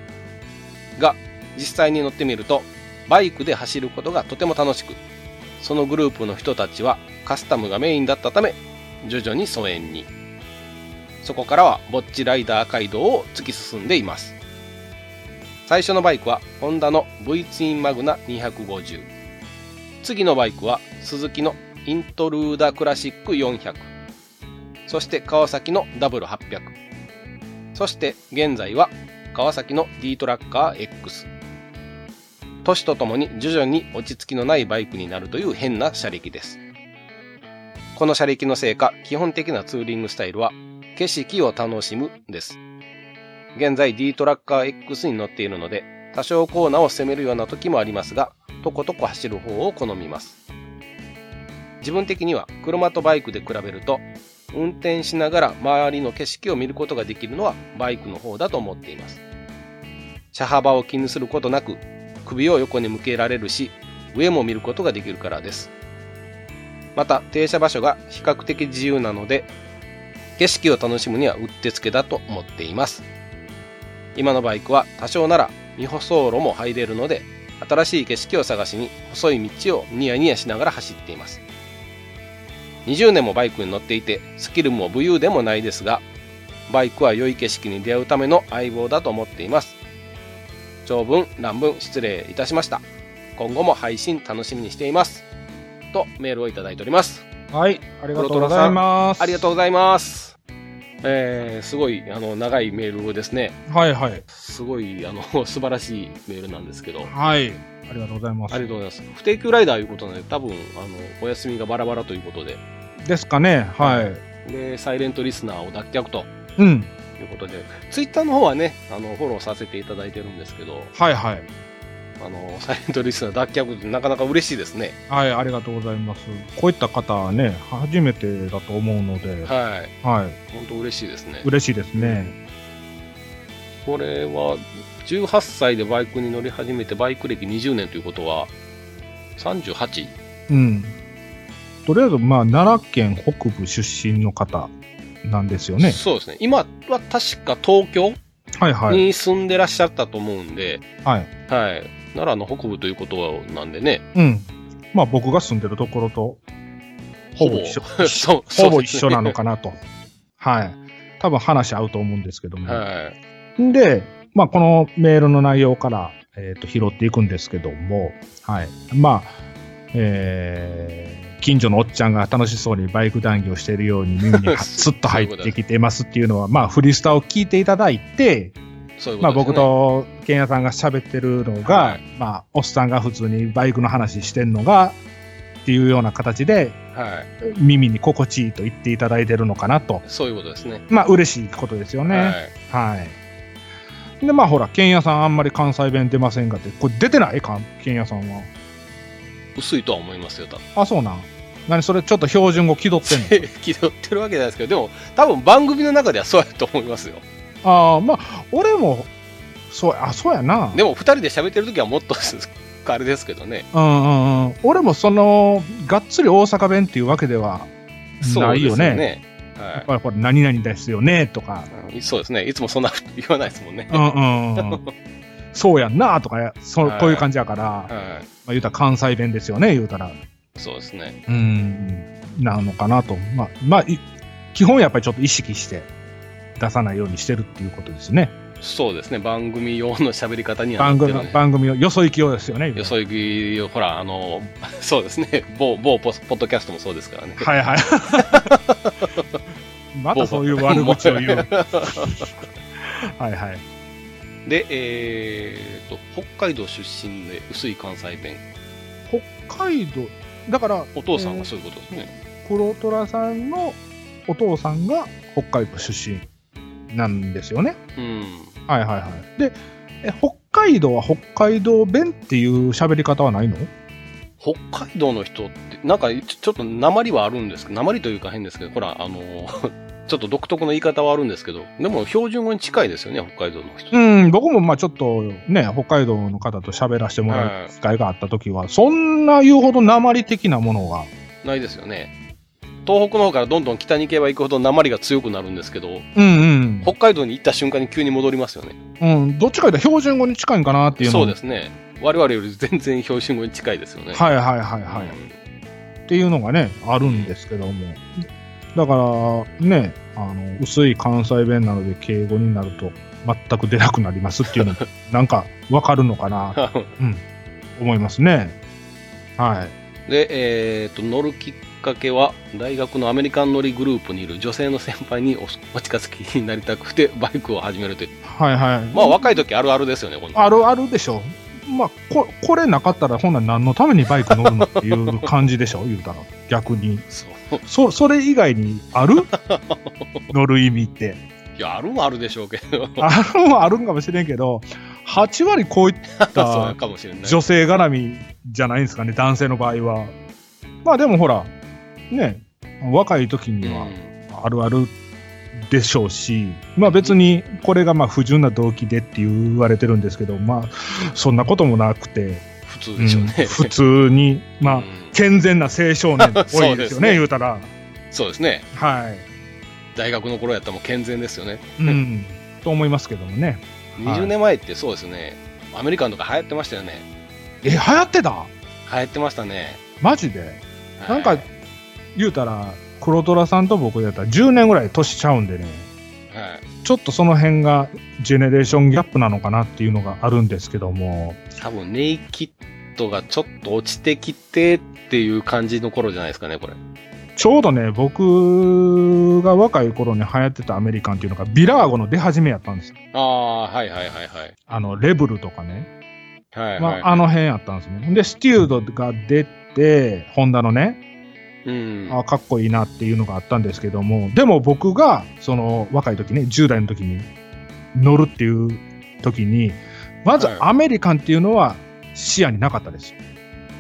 が実際に乗ってみるとバイクで走ることがとても楽しくそのグループの人たちはカスタムがメインだったため徐々に疎遠にそこからはぼっちライダー街道を突き進んでいます最初のバイクはホンダの V ツインマグナ250次のバイクは鈴木のイントルーダクラシック400そして川崎の W800 そして現在は川崎の D トラッカー X 年とともに徐々に落ち着きのないバイクになるという変な車力ですこの車力のせいか基本的なツーリングスタイルは景色を楽しむです現在 D トラッカー X に乗っているので多少コーナーを攻めるような時もありますがとことこ走る方を好みます自分的には車とバイクで比べると運転しながら周りの景色を見ることができるのはバイクの方だと思っています車幅を気にすることなく首を横に向けられるし上も見ることができるからですまた停車場所が比較的自由なので景色を楽しむにはうってつけだと思っています今のバイクは多少なら未舗装路も入れるので新しい景色を探しに細い道をニヤニヤしながら走っています20年もバイクに乗っていてスキルも武勇でもないですがバイクは良い景色に出会うための相棒だと思っています長文乱文失礼いたしました今後も配信楽しみにしていますとメールをいただいておりますはい、ありがとうございます。ありがとうございますえー、すごいあの長いメールをですねはいはい。すごいあの 素晴らしいメールなんですけどはい。ありがとうございまありす。がとうございます不定休ライダーいうことなので多分あのお休みがバラバラということでですかね。はでサイレントリスナーを脱却とい。うん。ということで、ツイッターの方はね、あの、フォローさせていただいてるんですけど、はいはい。あの、サイレントリスナー脱却ってなかなか嬉しいですね。はい、ありがとうございます。こういった方はね、初めてだと思うので、は。はい本当嬉しいですねい。。嬉しいですね。これは、18歳でバイクに乗り始めて、バイク歴20年ということは、38? うん。とりあえず、まあ、奈良県北部出身の方なんですよね。そうですね。今は確か東京はいはい。に住んでらっしゃったと思うんで、はい。はい。奈良の北部ということなんでね、うん。まあ、僕が住んでるところと、ほぼ一緒。 そう ほぼ一緒な。そうのですかなと。はい。多分話合うと思うんですけども。ねはい。で、まあ、このメールの内容から、えー、と拾っていくんですけども、はい。まあ、えー近所のおっちゃんが楽しそうにバイク談義をしているように耳にはスッと入ってきてますっていう のは、まあ、フリースターを聞いていただいて、そういうこまあ、とです僕ね。とケンヤさんが喋ってるのが、はいまあ、おっさんが普通にバイクの話してるのが、っていうような形ではい。耳に心地いいと言っていただいてるのかなと。そういうことですね。まあ、嬉しいことですよね。はい。はい。で、まあほら、ケンヤさんあんまり関西弁出ませんがって、これ出てないかんケンヤさんは。薄いとは思いますよ、多分。あ、そうなん。何それ、ちょっと標準語気取ってんの気取ってるわけじゃないですけど、でも、多分番組の中ではそうやと思いますよ。ああ、まあ、俺も、そう、あ、そうやな。でも、二人で喋ってる時はもっとあれですけどね。うんうんうん。俺もその、がっつり大阪弁っていうわけではそうなでいすよよね。ね。やっはぱりこれ、何々ですよね、とか。い。そうですね。いつもそんな言わないですもんね。うん うんうん。そうやんな、とか、そはいこういう感じやから、まはあ、言うたら関西弁ですよね、言うたら。い。そうですね。うん、なのかなと。まあ、まあ、い基本やっぱりちょっと意識して出さないようにしてるっていうことですね。そうですね。番組用の喋り方にはな番って組るの、ね。番組を、よそ行き用ですよね。よそ行きを、ほら、あの、 そうですね。某、某ポスポッドキャストもそうですからね。はい はい。またそういう悪口を言う。 はいはい。で、えー、と、北海道出身で薄い関西弁。北海道、だから、お父さんがそういうことですね。黒虎さんのお父さんが北海道出身なんですよね。うん。はいはいはい。で、え北海道は北海道弁っていう喋り方はないの北海道の人って、なんかちょちょっと鉛はあるんですけど、鉛というか変ですけど、ほら、あの ーちょっと独特の言い方はあるんですけど、でも標準語に近いですよね、北海道の人。うん、僕もまあちょっとね、北海道の方と喋らせてもらう機会があったときは、そんな言うほど鉛的なものがないですよね。東北の方からどんどん北に行けば行くほど鉛が強くなるんですけど、うん北海道に行った瞬間に急に戻りますよね。うん。うん。どっちかというと標準語に近いんかなっていうの。そうですすね。我々より全然標準語に近いですよね。はいはいはいはい。っていうのがね、あるんですけども。だから、ね、あの、薄い関西弁なので敬語になると全く出なくなりますっていう のも、なんかわかるのかなと思いますね。はい。で、えー、と乗るきっかけは大学のアメリカン乗りグループにいる女性の先輩におお近づきになりたくてバイクを始めるというはいはい。まあ若い時あるあるですよねこんなあるあるでしょ。まあ、ここれなかったら、ほんなら何のためにバイク乗るのっていう感じでしょ、言うたら、逆に。そうそそれ以外に ある乗る意味って。いやあるはあるでしょうけどあるんはあるんかもしれんけど、8割こういっ そうたかもしれない女性絡みじゃないんですかね、男性の場合は。まあでもほら、ね、若い時うにはんあるあるでしょうし、まあ別にこれがまあ不純な動機でって言われてるんですけど、まあそんなこともなくて、普通でしょうね、うん普通に、うまあん、健全な青少年 っぽいでそうですすよね、ね言うたら。そうですねはい。大学の頃やったらもう健全ですよねうん。と思いますけどもね。はい20年前ってそうですねアメリカンとか流行ってましたよねえ、流行ってた流行ってましたねマジではないんか、言うたら、黒虎さんと僕やったら10年ぐらい年ちゃうんでね、はいちょっとその辺がジェネレーションギャップなのかなっていうのがあるんですけども、多分ネイキッドがちょっと落ちてきてっていう感じの頃じゃないですかねこれちょうどね、僕が若い頃に流行ってたアメリカンっていうのが、ビラーゴの出始めやったんですよ。ああはいはいはいはいあの、レブルとかね。はいまはい、あ、あの辺やったんですね。で、ステュードが出て、ホンダのね、うんあかっこいいなっていうのがあったんですけども、でも僕が、その、若い時ね、10代の時に乗るっていう時に、まずはいアメリカンっていうのは視野になかったです。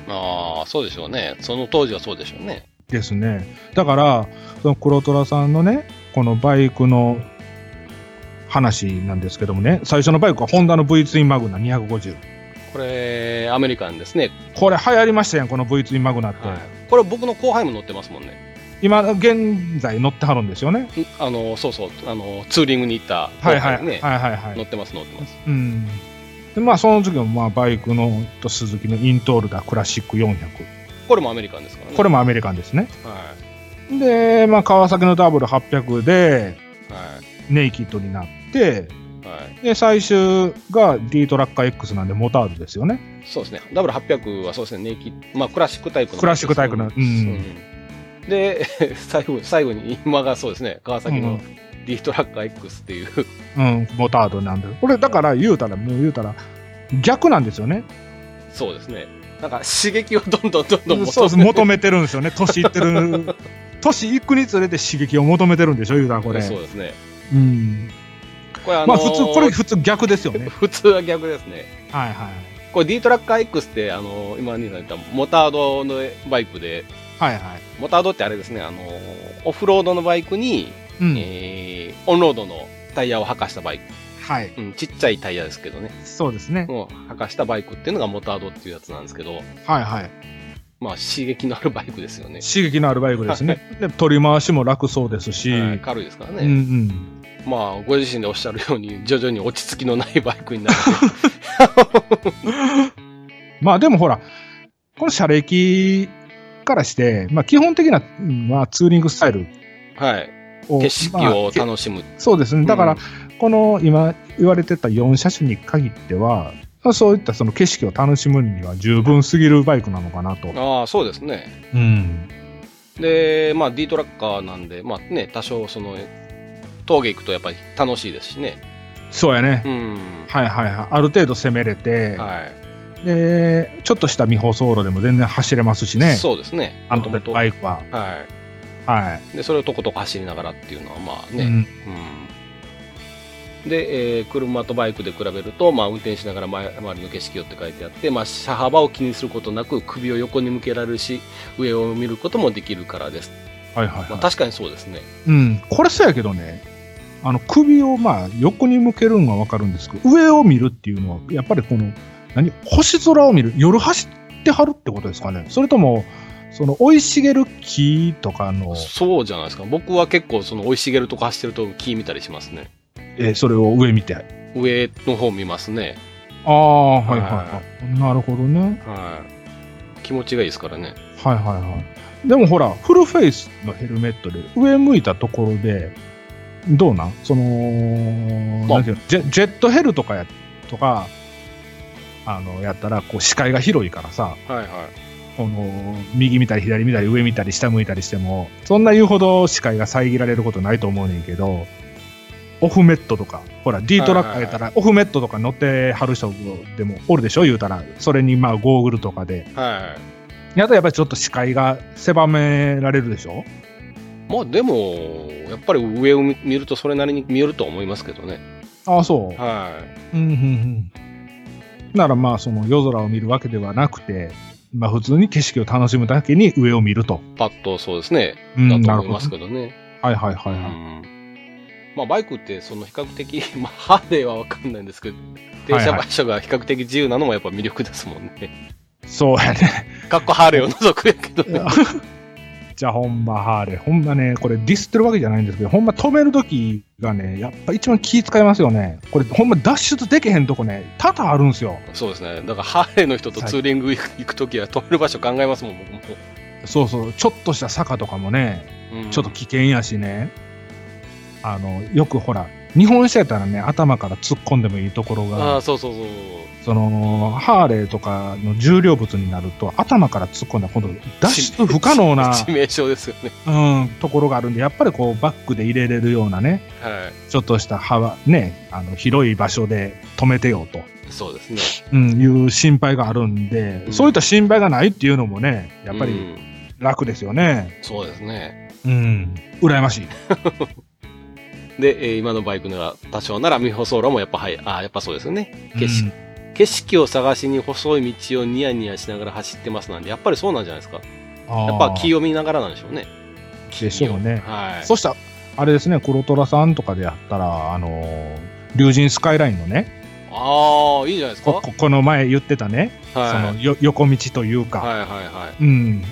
ああそうでしょうねその当時はそうでしょうねですね。だから、その黒虎さんのね、このバイクの話なんですけどもね、最初のバイクはホンダの V2 マグナ250。これアメリカンですね、これ流行りましたやん、この V2 マグナって。はい、これ僕の後輩も乗ってますもんね今、現在乗ってはるんですよね。んあのそうそうあのツーリングに行ったは後いはい輩はね、いはいは乗っい。てます乗ってますうん。で、まあその時もまあバイクのとスズキのイントールダクラシック400。これもアメリカンですからねこれもアメリカンですね。はで、まあ川崎のダブル800でいはネイキッドになって、いはいで、最終が D トラッカー X なんでモタールですよね。そうですねダブル800はそうですねネイキッまあクラシックタイプのクラシックタイプのうんうんで 最後最後に今がそうですね川崎うのん D トラッカー X っていう、うん、モタールなんで。これだから言うたら、もう言うたら、逆なんですよね。そうですねなんか刺激をどんどんどんどん求めてそうです求めてるんですよね。年いっ てる。年いくにつれて刺激を求めてるんでしょ、言うたらこれ。そうですねうん。これあのーまあ普通、これ普通逆ですよね。 普通は逆ですねはいはい。これ D トラッカー X ってあの今兄さん言ったモタードのバイクではいはい。モタードってあれですねあのオフロードのバイクに、うん。えーオンロードのタイヤを履かしたバイク、はい。うん、ちっちゃいタイヤですけどねそうですね。を履かしたバイクっていうのがモタードっていうやつなんですけどはいはい。まあ刺激のあるバイクですよね、刺激のあるバイクですね。で、取り回しも楽そうですし。はい軽いですからうんうね、ん。まあご自身でおっしゃるように徐々に落ち着きのないバイクにな るまあでもほら、この車歴からして、まあ基本的な、うんまあ、ツーリングスタイルはいを。景色まをあけ楽しむ、そうですね。だから、うんこの今言われてた4車種に限っては、まあそういったその景色を楽しむには十分すぎるバイクなのかなと。ああそうですねうん。で、まあ、D トラッカーなんで、まあね、多少、その、峠行くとやっぱり楽しいですしね。そうやねう。ん。はいはいはい。ある程度攻めれて、はい。で、ちょっとした未舗走路でも全然走れますしね。そうですね。あもとのもとバイクは。は。はいで、それをとことこ走りながらっていうのは、まあい。ね。う。うんんで、えー車とバイクで比べると、まあ、運転しながら前周りの景色をって書いてあって、まあ、車幅を気にすることなく、首を横に向けられるし、上を見ることもできるからです。はいはいまあ、は確かにそうですね。い。うん。これそうやけどね、あの、首をまあ横に向けるのはわかるんですけど、上を見るっていうのは、やっぱりこの、何星空を見る。夜走ってはるってことですかね。それとも、その生い茂る木とかの、そうじゃないですか。僕は結構その生い茂るとこ走ってると木見たりしますね。えーそれを上見て。上の方見ますね。ああ、はいはいははい。なるほどね。はい。気持ちがいいですからね。はいはいはい。でもほら、フルフェイスのヘルメットで上向いたところで、どうなんその、まあなんていうのジェジェットヘルとかや、とか、あの、やったら、こう、視界が広いからさ、はいはい。この、右見たり左見たり上見たり下向いたりしても、そんな言うほど視界が遮られることないと思うねんけど、オフメットとか、ほら、D トラックやったら、オフメットとか乗ってはる人でもおるでしょ言うたら、それにまあ、ゴーグルとかで、はやとやっぱりちょっと視界が狭められるでしょい。まあでも、やっぱり上を見見るとそれなりに見えると思いますけどね。ああ、そう。はい。うん、うん、うん。ならまあ、その夜空を見るわけではなくて、まあ普通に景色を楽しむだけに上を見ると。パッとそうですね。うだん、となる思いほますど。けどね。はいはいはいはい。うんまあバイクってその比較的、 まあハーレーはわかんないんですけど、停車場所が比較的自由なのもやっぱ魅力ですもんね。そう やね。かっこハーレーを除くやけどね。じゃあほんまハーレー。ほんまね、これディスってるわけじゃないんですけど、ほんま止めるときがね、やっぱ一番気使いますよね。これほんま脱出できへんとこね、多々あるんすよ。そうですね。だからハーレーの人とツーリング行く行くときは止める場所考えますもん、僕も。そうそう、ちょっとした坂とかもね、うんちょっと危険やしね、あのよくほら、日本車やったらね、頭から突っ込んでもいいところあがあ、、そうそうそう。そのハーレーとかの重量物になると、頭から突っ込んだら、今度、脱出不可 能な、致命傷ですよね。うん、ところがあるんで、やっぱりこうバックで入れれるようなね、はちょっとした幅、ね、あの広い場所で止めてよと、い。そうですね。うん、いう心配があるんで、うんそういった心配がないっていうのもね、やっぱうりん楽ですよね。そうですね。うん、羨ましい。で、えー今のバイクなら多少なら未舗走路もやっぱ、はい、ああ、やっぱそうですよね。景色うん景色を探しに細い道をニヤニヤしながら走ってますなんで、やっぱりそうなんじゃないですか。やっぱ木を見ながらなんでしょうね。でしょうねはい。そしたら、あれですね、黒虎さんとかでやったら、あのー竜神スカイラインのね、ああ、いいじゃないですか。こはい。ここの前言ってたね、はいそのよ横道というか、はいはうん、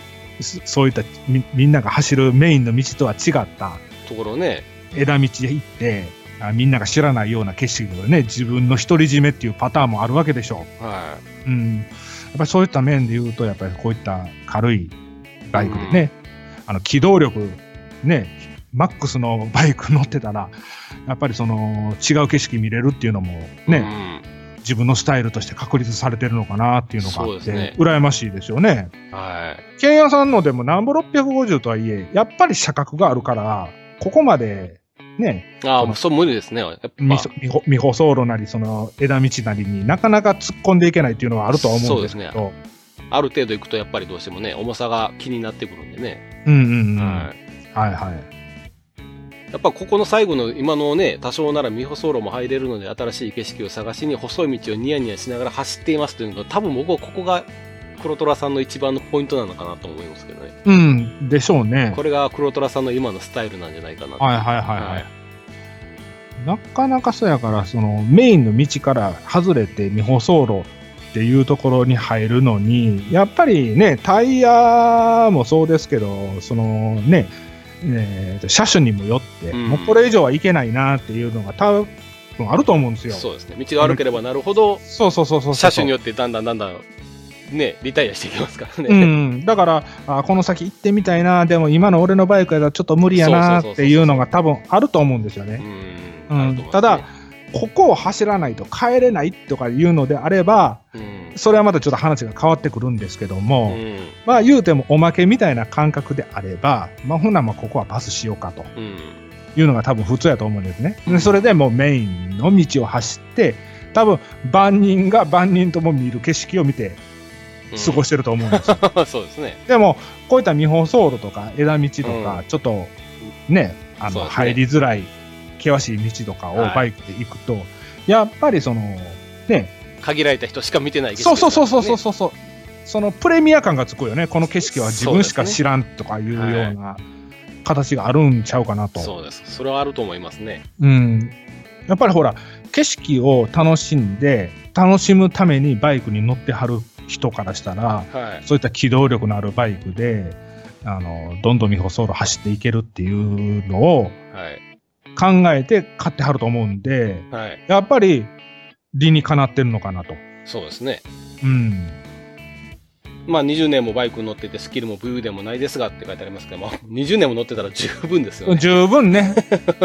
そそういったみみんなが走るメインの道とは違ったい。ところね、枝道へ行ってあ、みんなが知らないような景色とかね、自分の独り占めっていうパターンもあるわけでしょはう。うん、やっぱりそういった面で言うと、やっぱりこういった軽いバイクでね、あの機動力、ね、マックスのバイク乗ってたら、やっぱりその違う景色見れるっていうのもい。ね、自分のスタイルとして確立されてるのかなっていうのがそあうっですて、ね羨ましいですよね。うん。はい。ケンヤさんのでもなんぼ650とはいえ、やっぱり車格があるから、ここまで、ね、あそあ、のそう無理ですね。やっぱ。みそみほ未舗走路なり、その枝道なりになかなか突っ込んでいけないっていうのはあるとは思うんですけど。そうある程度行くとやっぱりどうしてもね、重さが気になってくるんでね。んうんうん。ははいはい。い。やっぱここの最後の今のね、多少なら未舗走路も入れるので新しい景色を探しに細い道をニヤニヤしながら走っていますというのが多分僕はここが黒虎さんの一番のポイントなのかなと思いますけどね。うん、でしょうね。これが黒虎さんの今のスタイルなんじゃないかなと。はいはいはいはい。なかなかそうやから、そのメインの道から外れて未舗走路っていうところに入るのに、やっぱりね、タイヤもそうですけど、そのね、えーと車種にもよって、うんもうこれ以上はいけないなっていうのが多分あると思うんですよ。そうですね。道が悪ければなるほど、そうそうそうそうそう。車種によってだんだんだんだん、ね、リタイアしていきますからうね。ん、だからあこの先行ってみたいなでも今の俺のバイクやったらちょっと無理やなっていうのが多分あると思うんですよね。ううんあると思いますねただ、ここを走らないと帰れないとかいうのであれば、うんそれはまたちょっと話が変わってくるんですけどうも、ん。まあ言うてもおまけみたいな感覚であれば、まあほなまあここはパスしようかとうん。いうのが多分普通やと思うんですね。でそれでもうメインの道を走って、多分万人が万人とも見る景色を見て過ごしてると思う んですよ。うんそうですね。でも、こういった未舗走路とか枝道とうか、ちょっとね、あそうの、ですね入りづらい、険しい道とかをはいバイクで行くと、やっぱりその、ね、限られた人しか見てない景そう色そうそうそうですねそうそう、そのプレミア感がつくよね、この景色は自分しか知らんとかいうよそうですうねな形があるんちゃうかなと。そうです。それはあると思いますね。うん。やっぱりほら、景色を楽しんで、楽しむためにバイクに乗ってはる人からしたら、はい。そういった機動力のあるバイクで、あの、どんどん未舗走路走っていけるっていうのをはい。考えて買ってはると思うんで、はい。やっぱり理にかなってるのかなと。そうですね。うん。まあ20年もバイクに乗っててスキルも武勇でもないですがって書いてあ りますけども、20年も乗ってたら十分ですよね。十分ね、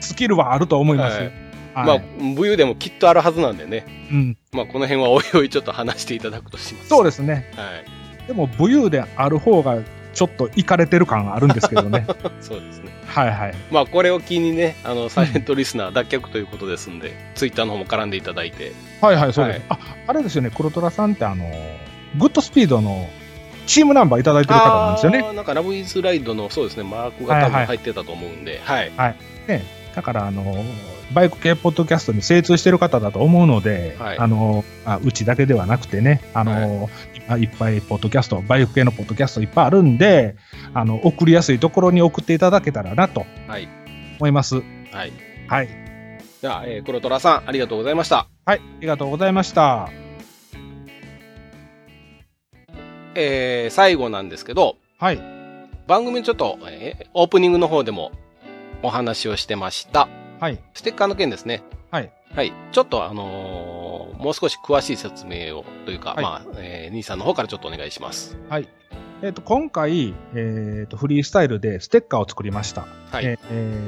スキルはあると思いますよ。はいまあ武勇でもきっとあるはずなんでね。うん、まあこの辺はおいおいちょっと話していただくとします。そうでですね。す。はい。でも、武勇である方が、ちょっといかれてる感あるんですけど ね。そうですね。はいはい。まあこれを機にね、あの、サイレントリスナー脱却ということですんで、ツイッターの方も絡んでいただいて。はいはい、そうです。あ、あれですよね、黒虎さんって、あの、グッドスピードのチームナンバーいただいてる方なんですよね。あーなんかラブイズライドのそうですね、マークが多分入ってたと思うんで、はい。だから、あの、バイク系ポッドキャストに精通してる方だと思うので、はいあのあ、うちだけではなくてね、あの、い、っぱいポッドキャスト、バイク系のポッドキャストいっぱいあるんで、あの、送りやすいところに送っていただけたらなとはい思います。はい。はい。じゃあ、えー、黒虎さん、ありがとうございました。はい、ありがとうございました。えー最後なんですけど、はい。番組のちょっと、えーオープニングの方でもお話をしてました。はい。ステッカーの件ですね。はい。はい。ちょっとあのーもう少し詳しい説明をというか、はいまあ、えー兄さんの方からちょっとお願いします。えっ、と、今回、えっ、と、フリースタイルでステッカーを作りました。はい。え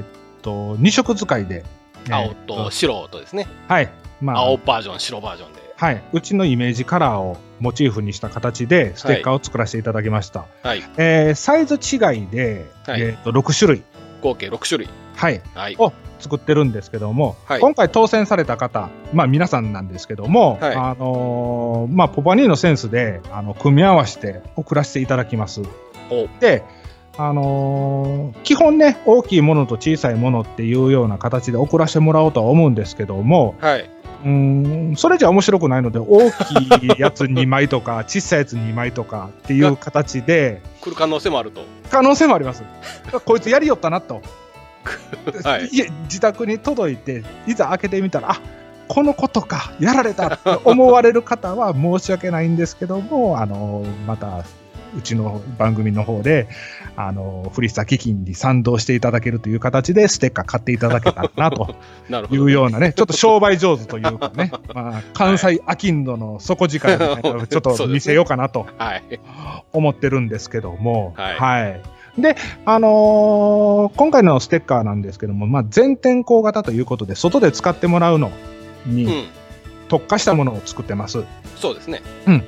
っ、と、二色使いで。青えとー白とですね。はい。まあ、青バージョン、白バージョンで。はい。うちのイメージカラーをモチーフにした形でステッカーを作らせていただきました。はい。えーサイズ違いで、はいえっ、と、6種類。合計6種類。はい。はい。を作ってるんですけども、はい今回当選された方、まあ皆さんなんですけども、はいあのーまあポパニーのセンスで、あの、組み合わせて送らせていただきますお。で、あのー基本ね、大きいものと小さいものっていうような形で送らせてもらおうとは思うんですけども、はい。うーん、それじゃ面白くないので、大きいやつ2枚と か、小さいやつ2枚とかっていう形で、来る可能性もある と。可能性もあります。こいつやりよったなと。はいいえ自宅に届いて、いざ開けてみたら、あこのことか、やられたって思われる方は申し訳ないんですけども、あのまた、うちの番組の方で、あの、フリスタ基金に賛同していただけるという形で、ステッカー買っていただけたらなとなるほいど。うようなね、ちょっと商売上手というかね、まあ、関西アキンドの底力みたいなのをちょっと見せようかなとはい。思ってるんですけども、はいで、あのー今回のステッカーなんですけども、まあ、全天候型ということで、外で使ってもらうのうにん。特化したものを作ってます。そうですね。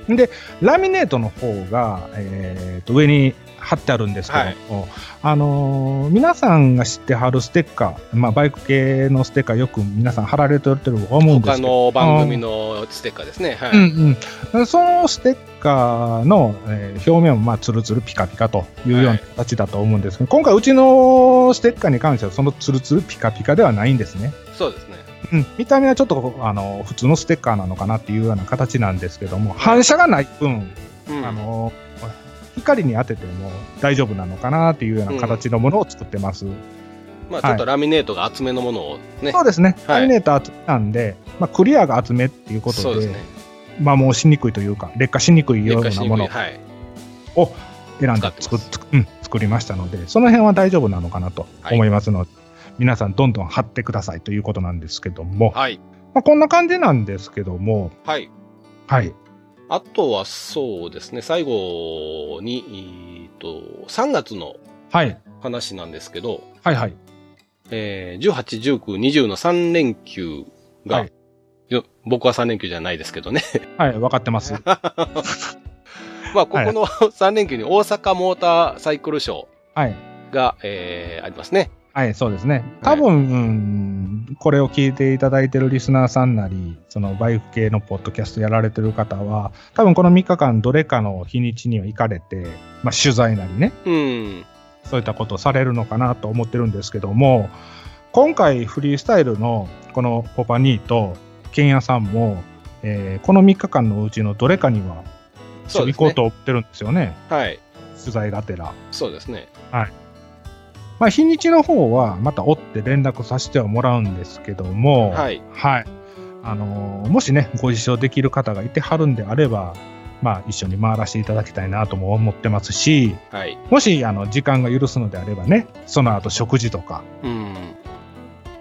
うん、で、ラミネートの方が、えーと上に貼ってあるんですけども、あのー皆さんが知ってはるステッカー、まあ、バイク系のステッカーよく皆さん貼られてると思うんで他すけど、の番組のステッカーですね。はうい。んうん、そのステッカーの、えー表面もまあツルツルピカピカというようはない形だと思うんですけど、今回うちのステッカーに関してはそのツルツルピカピカではないんですね。そうですね。うん、見た目はちょっとあの普通のステッカーなのかなっていうような形なんですけども、反射がない分、うん。あの光に当てても大丈夫なのかなっていうような形のものを作ってます。まあちょっとラミネートが厚めのものをね。そうですね。はいラミネーター集めなんで、まあ、クリアが厚めっていうことで、そうですね。摩耗しにくいというか、劣化しにくいよ劣う化なしにもくのい。はい。を選んで作っうん、作りましたので、その辺は大丈夫なのかなと思いますので、皆さんどんどん貼ってくださいということなんですけども、はい。まあ、こんな感じなんですけども、はい。はい。あとはそうですね、最後に、えーと、3月のはい。話なんですけど、はいはい。えー、18、19、20の3連休が、はいよ僕は3連休じゃないですけどね。 はい、わかって ます。はまあ、ここの 3連休に大阪モーターサイクルショい。ーが、えーありますね。はい、そうですね。多分、うんこれを聞いていただいてるリスナーさんなり、そのバイク系のポッドキャストやられてる方は、多分この3日間どれかの日にちには行かれて、まあ、取材なりね、うん。そういったことをされるのかなと思ってるんですけども、今回フリースタイルのこのポパニーとケンヤさんも、えーこの3日間のうちのどれかには一そ緒うにです行こうね。と思ってるんですよね、はい。取材がてら。そうですね。まあ、日にちの方はまた追って連絡させてはもらうんですけども、はい。はいあのーもしね、ご一緒できる方がいてはるんであれば、まあ、一緒に回らせていただきたいなとも思ってますし、はい。もし、あの、時間が許すのであればね、その後食事とか、うん。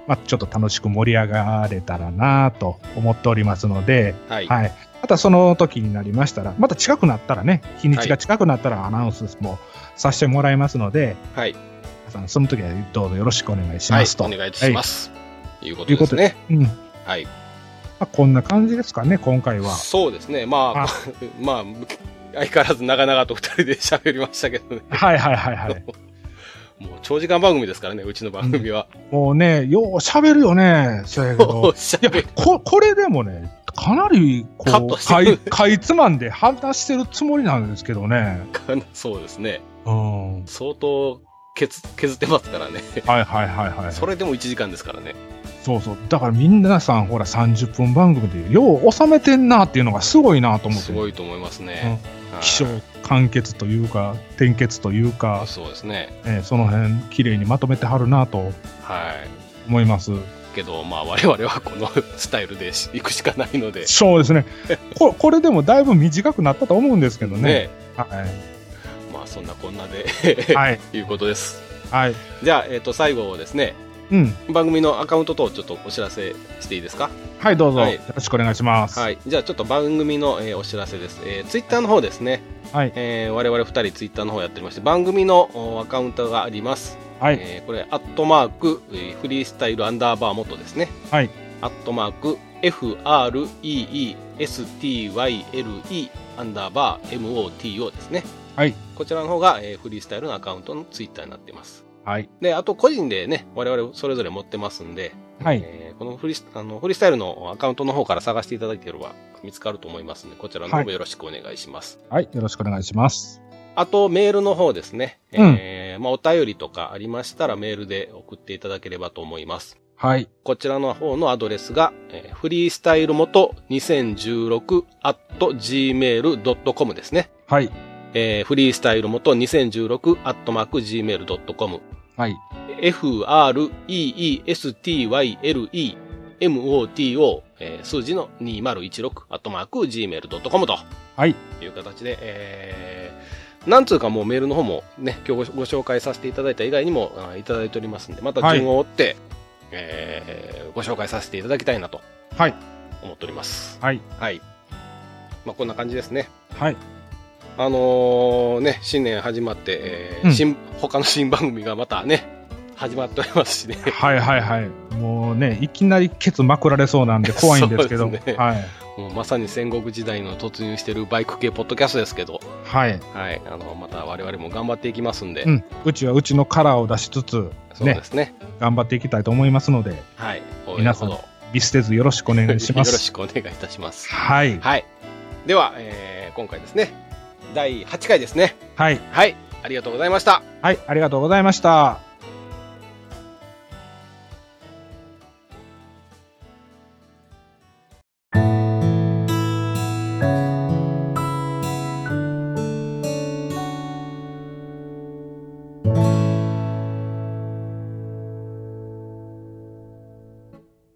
まあ、ちょっと楽しく盛り上がれたらなと思っておりますので、はい。はい。またその時になりましたら、また近くなったらね、日にちが近くなったらアナウンスもさせてもらいますので、はい。皆さんその時はどうぞよろしくお願いしはまいす。と。お願いいたします。いうこというでこすとね。うん。まはい。あ、こんな感じですかね、今回 は。そうですね。まあ、あ まあ、相変わらず長々と二人で喋りましたけどね。はいはいはいはい。もう長時間番組ですからね、うちの番組は。もうね、よう喋るよね、そやけ おどっ。しゃいやべり、こ、これでもね、かなり、こカットう、してかるい、 かいつまんで話してるつもりなんですけどね。かなそうですね。う ん。はい相当削削ってますからね。はいはいはい。それでも1時間ですからね。そうそう。だからみんなさん、ほら、30分番組で、よう収めてんなっていうのがすごいなと思って。すごいと思いますね。はい気象完結というか、点結というか、そうですね。えーその辺、綺麗にまとめてはるなとはい。思います。けど、まあ、我々はこの スタイルで行くしかないので。そうですね。ここれでもだいぶ短くなったと思うんですけどね。はまあ、そんなこんなで、 い。はい。いうことです。はい。じゃあ、えっ、と、最後ですね、うん。番組のアカウント等をちょっとお知らせしていいですかはい、どうぞ、はいよろしくお願いします。はい。じゃあ、ちょっと番組の、えーお知らせです。えー、ツイッターの方ですね。はい。えー我々2人ツイッターの方やっておりまして、番組のおアカウントがあります。はい。えーこれ、アットマーク、えーフリースタイルアンダーバー元ですね。はい。アットマーク、FREESTYLE アンダーバー MOTO ですね。はい。こちらの方が、えーフリースタイルのアカウントのツイッターになっています。はい。で、あと個人でね、我々それぞれ持ってますんで、はいえーこのフリスあのフリースタイルのアカウントの方から探していただければ見つかると思いますんで、こちらの方もよろしくお願いします。はい。よろしくお願いします。あと、メールの方ですね。えーまあ、お便りとかありましたら、メールで送っていただければと思います。はい。こちらの方のアドレスが、えー、フリースタイル元2016 at gmail.com ですね。はい。えー、フリースタイル元2016 at mark gmail.com。はい。 freestyle moto、えー数字の2016 at mark gmail.com と。はい。という形で、えー、なんつうかもうメールの方もね、今日ごご紹介させていただいた以外にもあいただいておりますんで、また順を追って、えーご紹介させていただきたいなとはい。思っております。はい。はい。まあ、こんな感じですね。はい。あのーね、新年始まって、えーうん新、他の新番組がまたね、始まっておりますしね。 はい。はい。はい。もうね、いきなりケツまくられそうなんで怖いんですけど。 そうですねはい。もうまさに戦国時代の突入してるバイク系ポッドキャストですけど、はい。はい。あの、また我々も頑張っていきますんで、うん。うちはうちのカラーを出しつつ、そうですね。頑張っていきたいと思いますので、はい。応援の皆さほんど見捨てずよろしくお願いしま よろす。しくお願いいたします。はい。はい。では、えー今回ですね、第8回ですね。はい。はい。ありがとうございました。はい。ありがとうございました。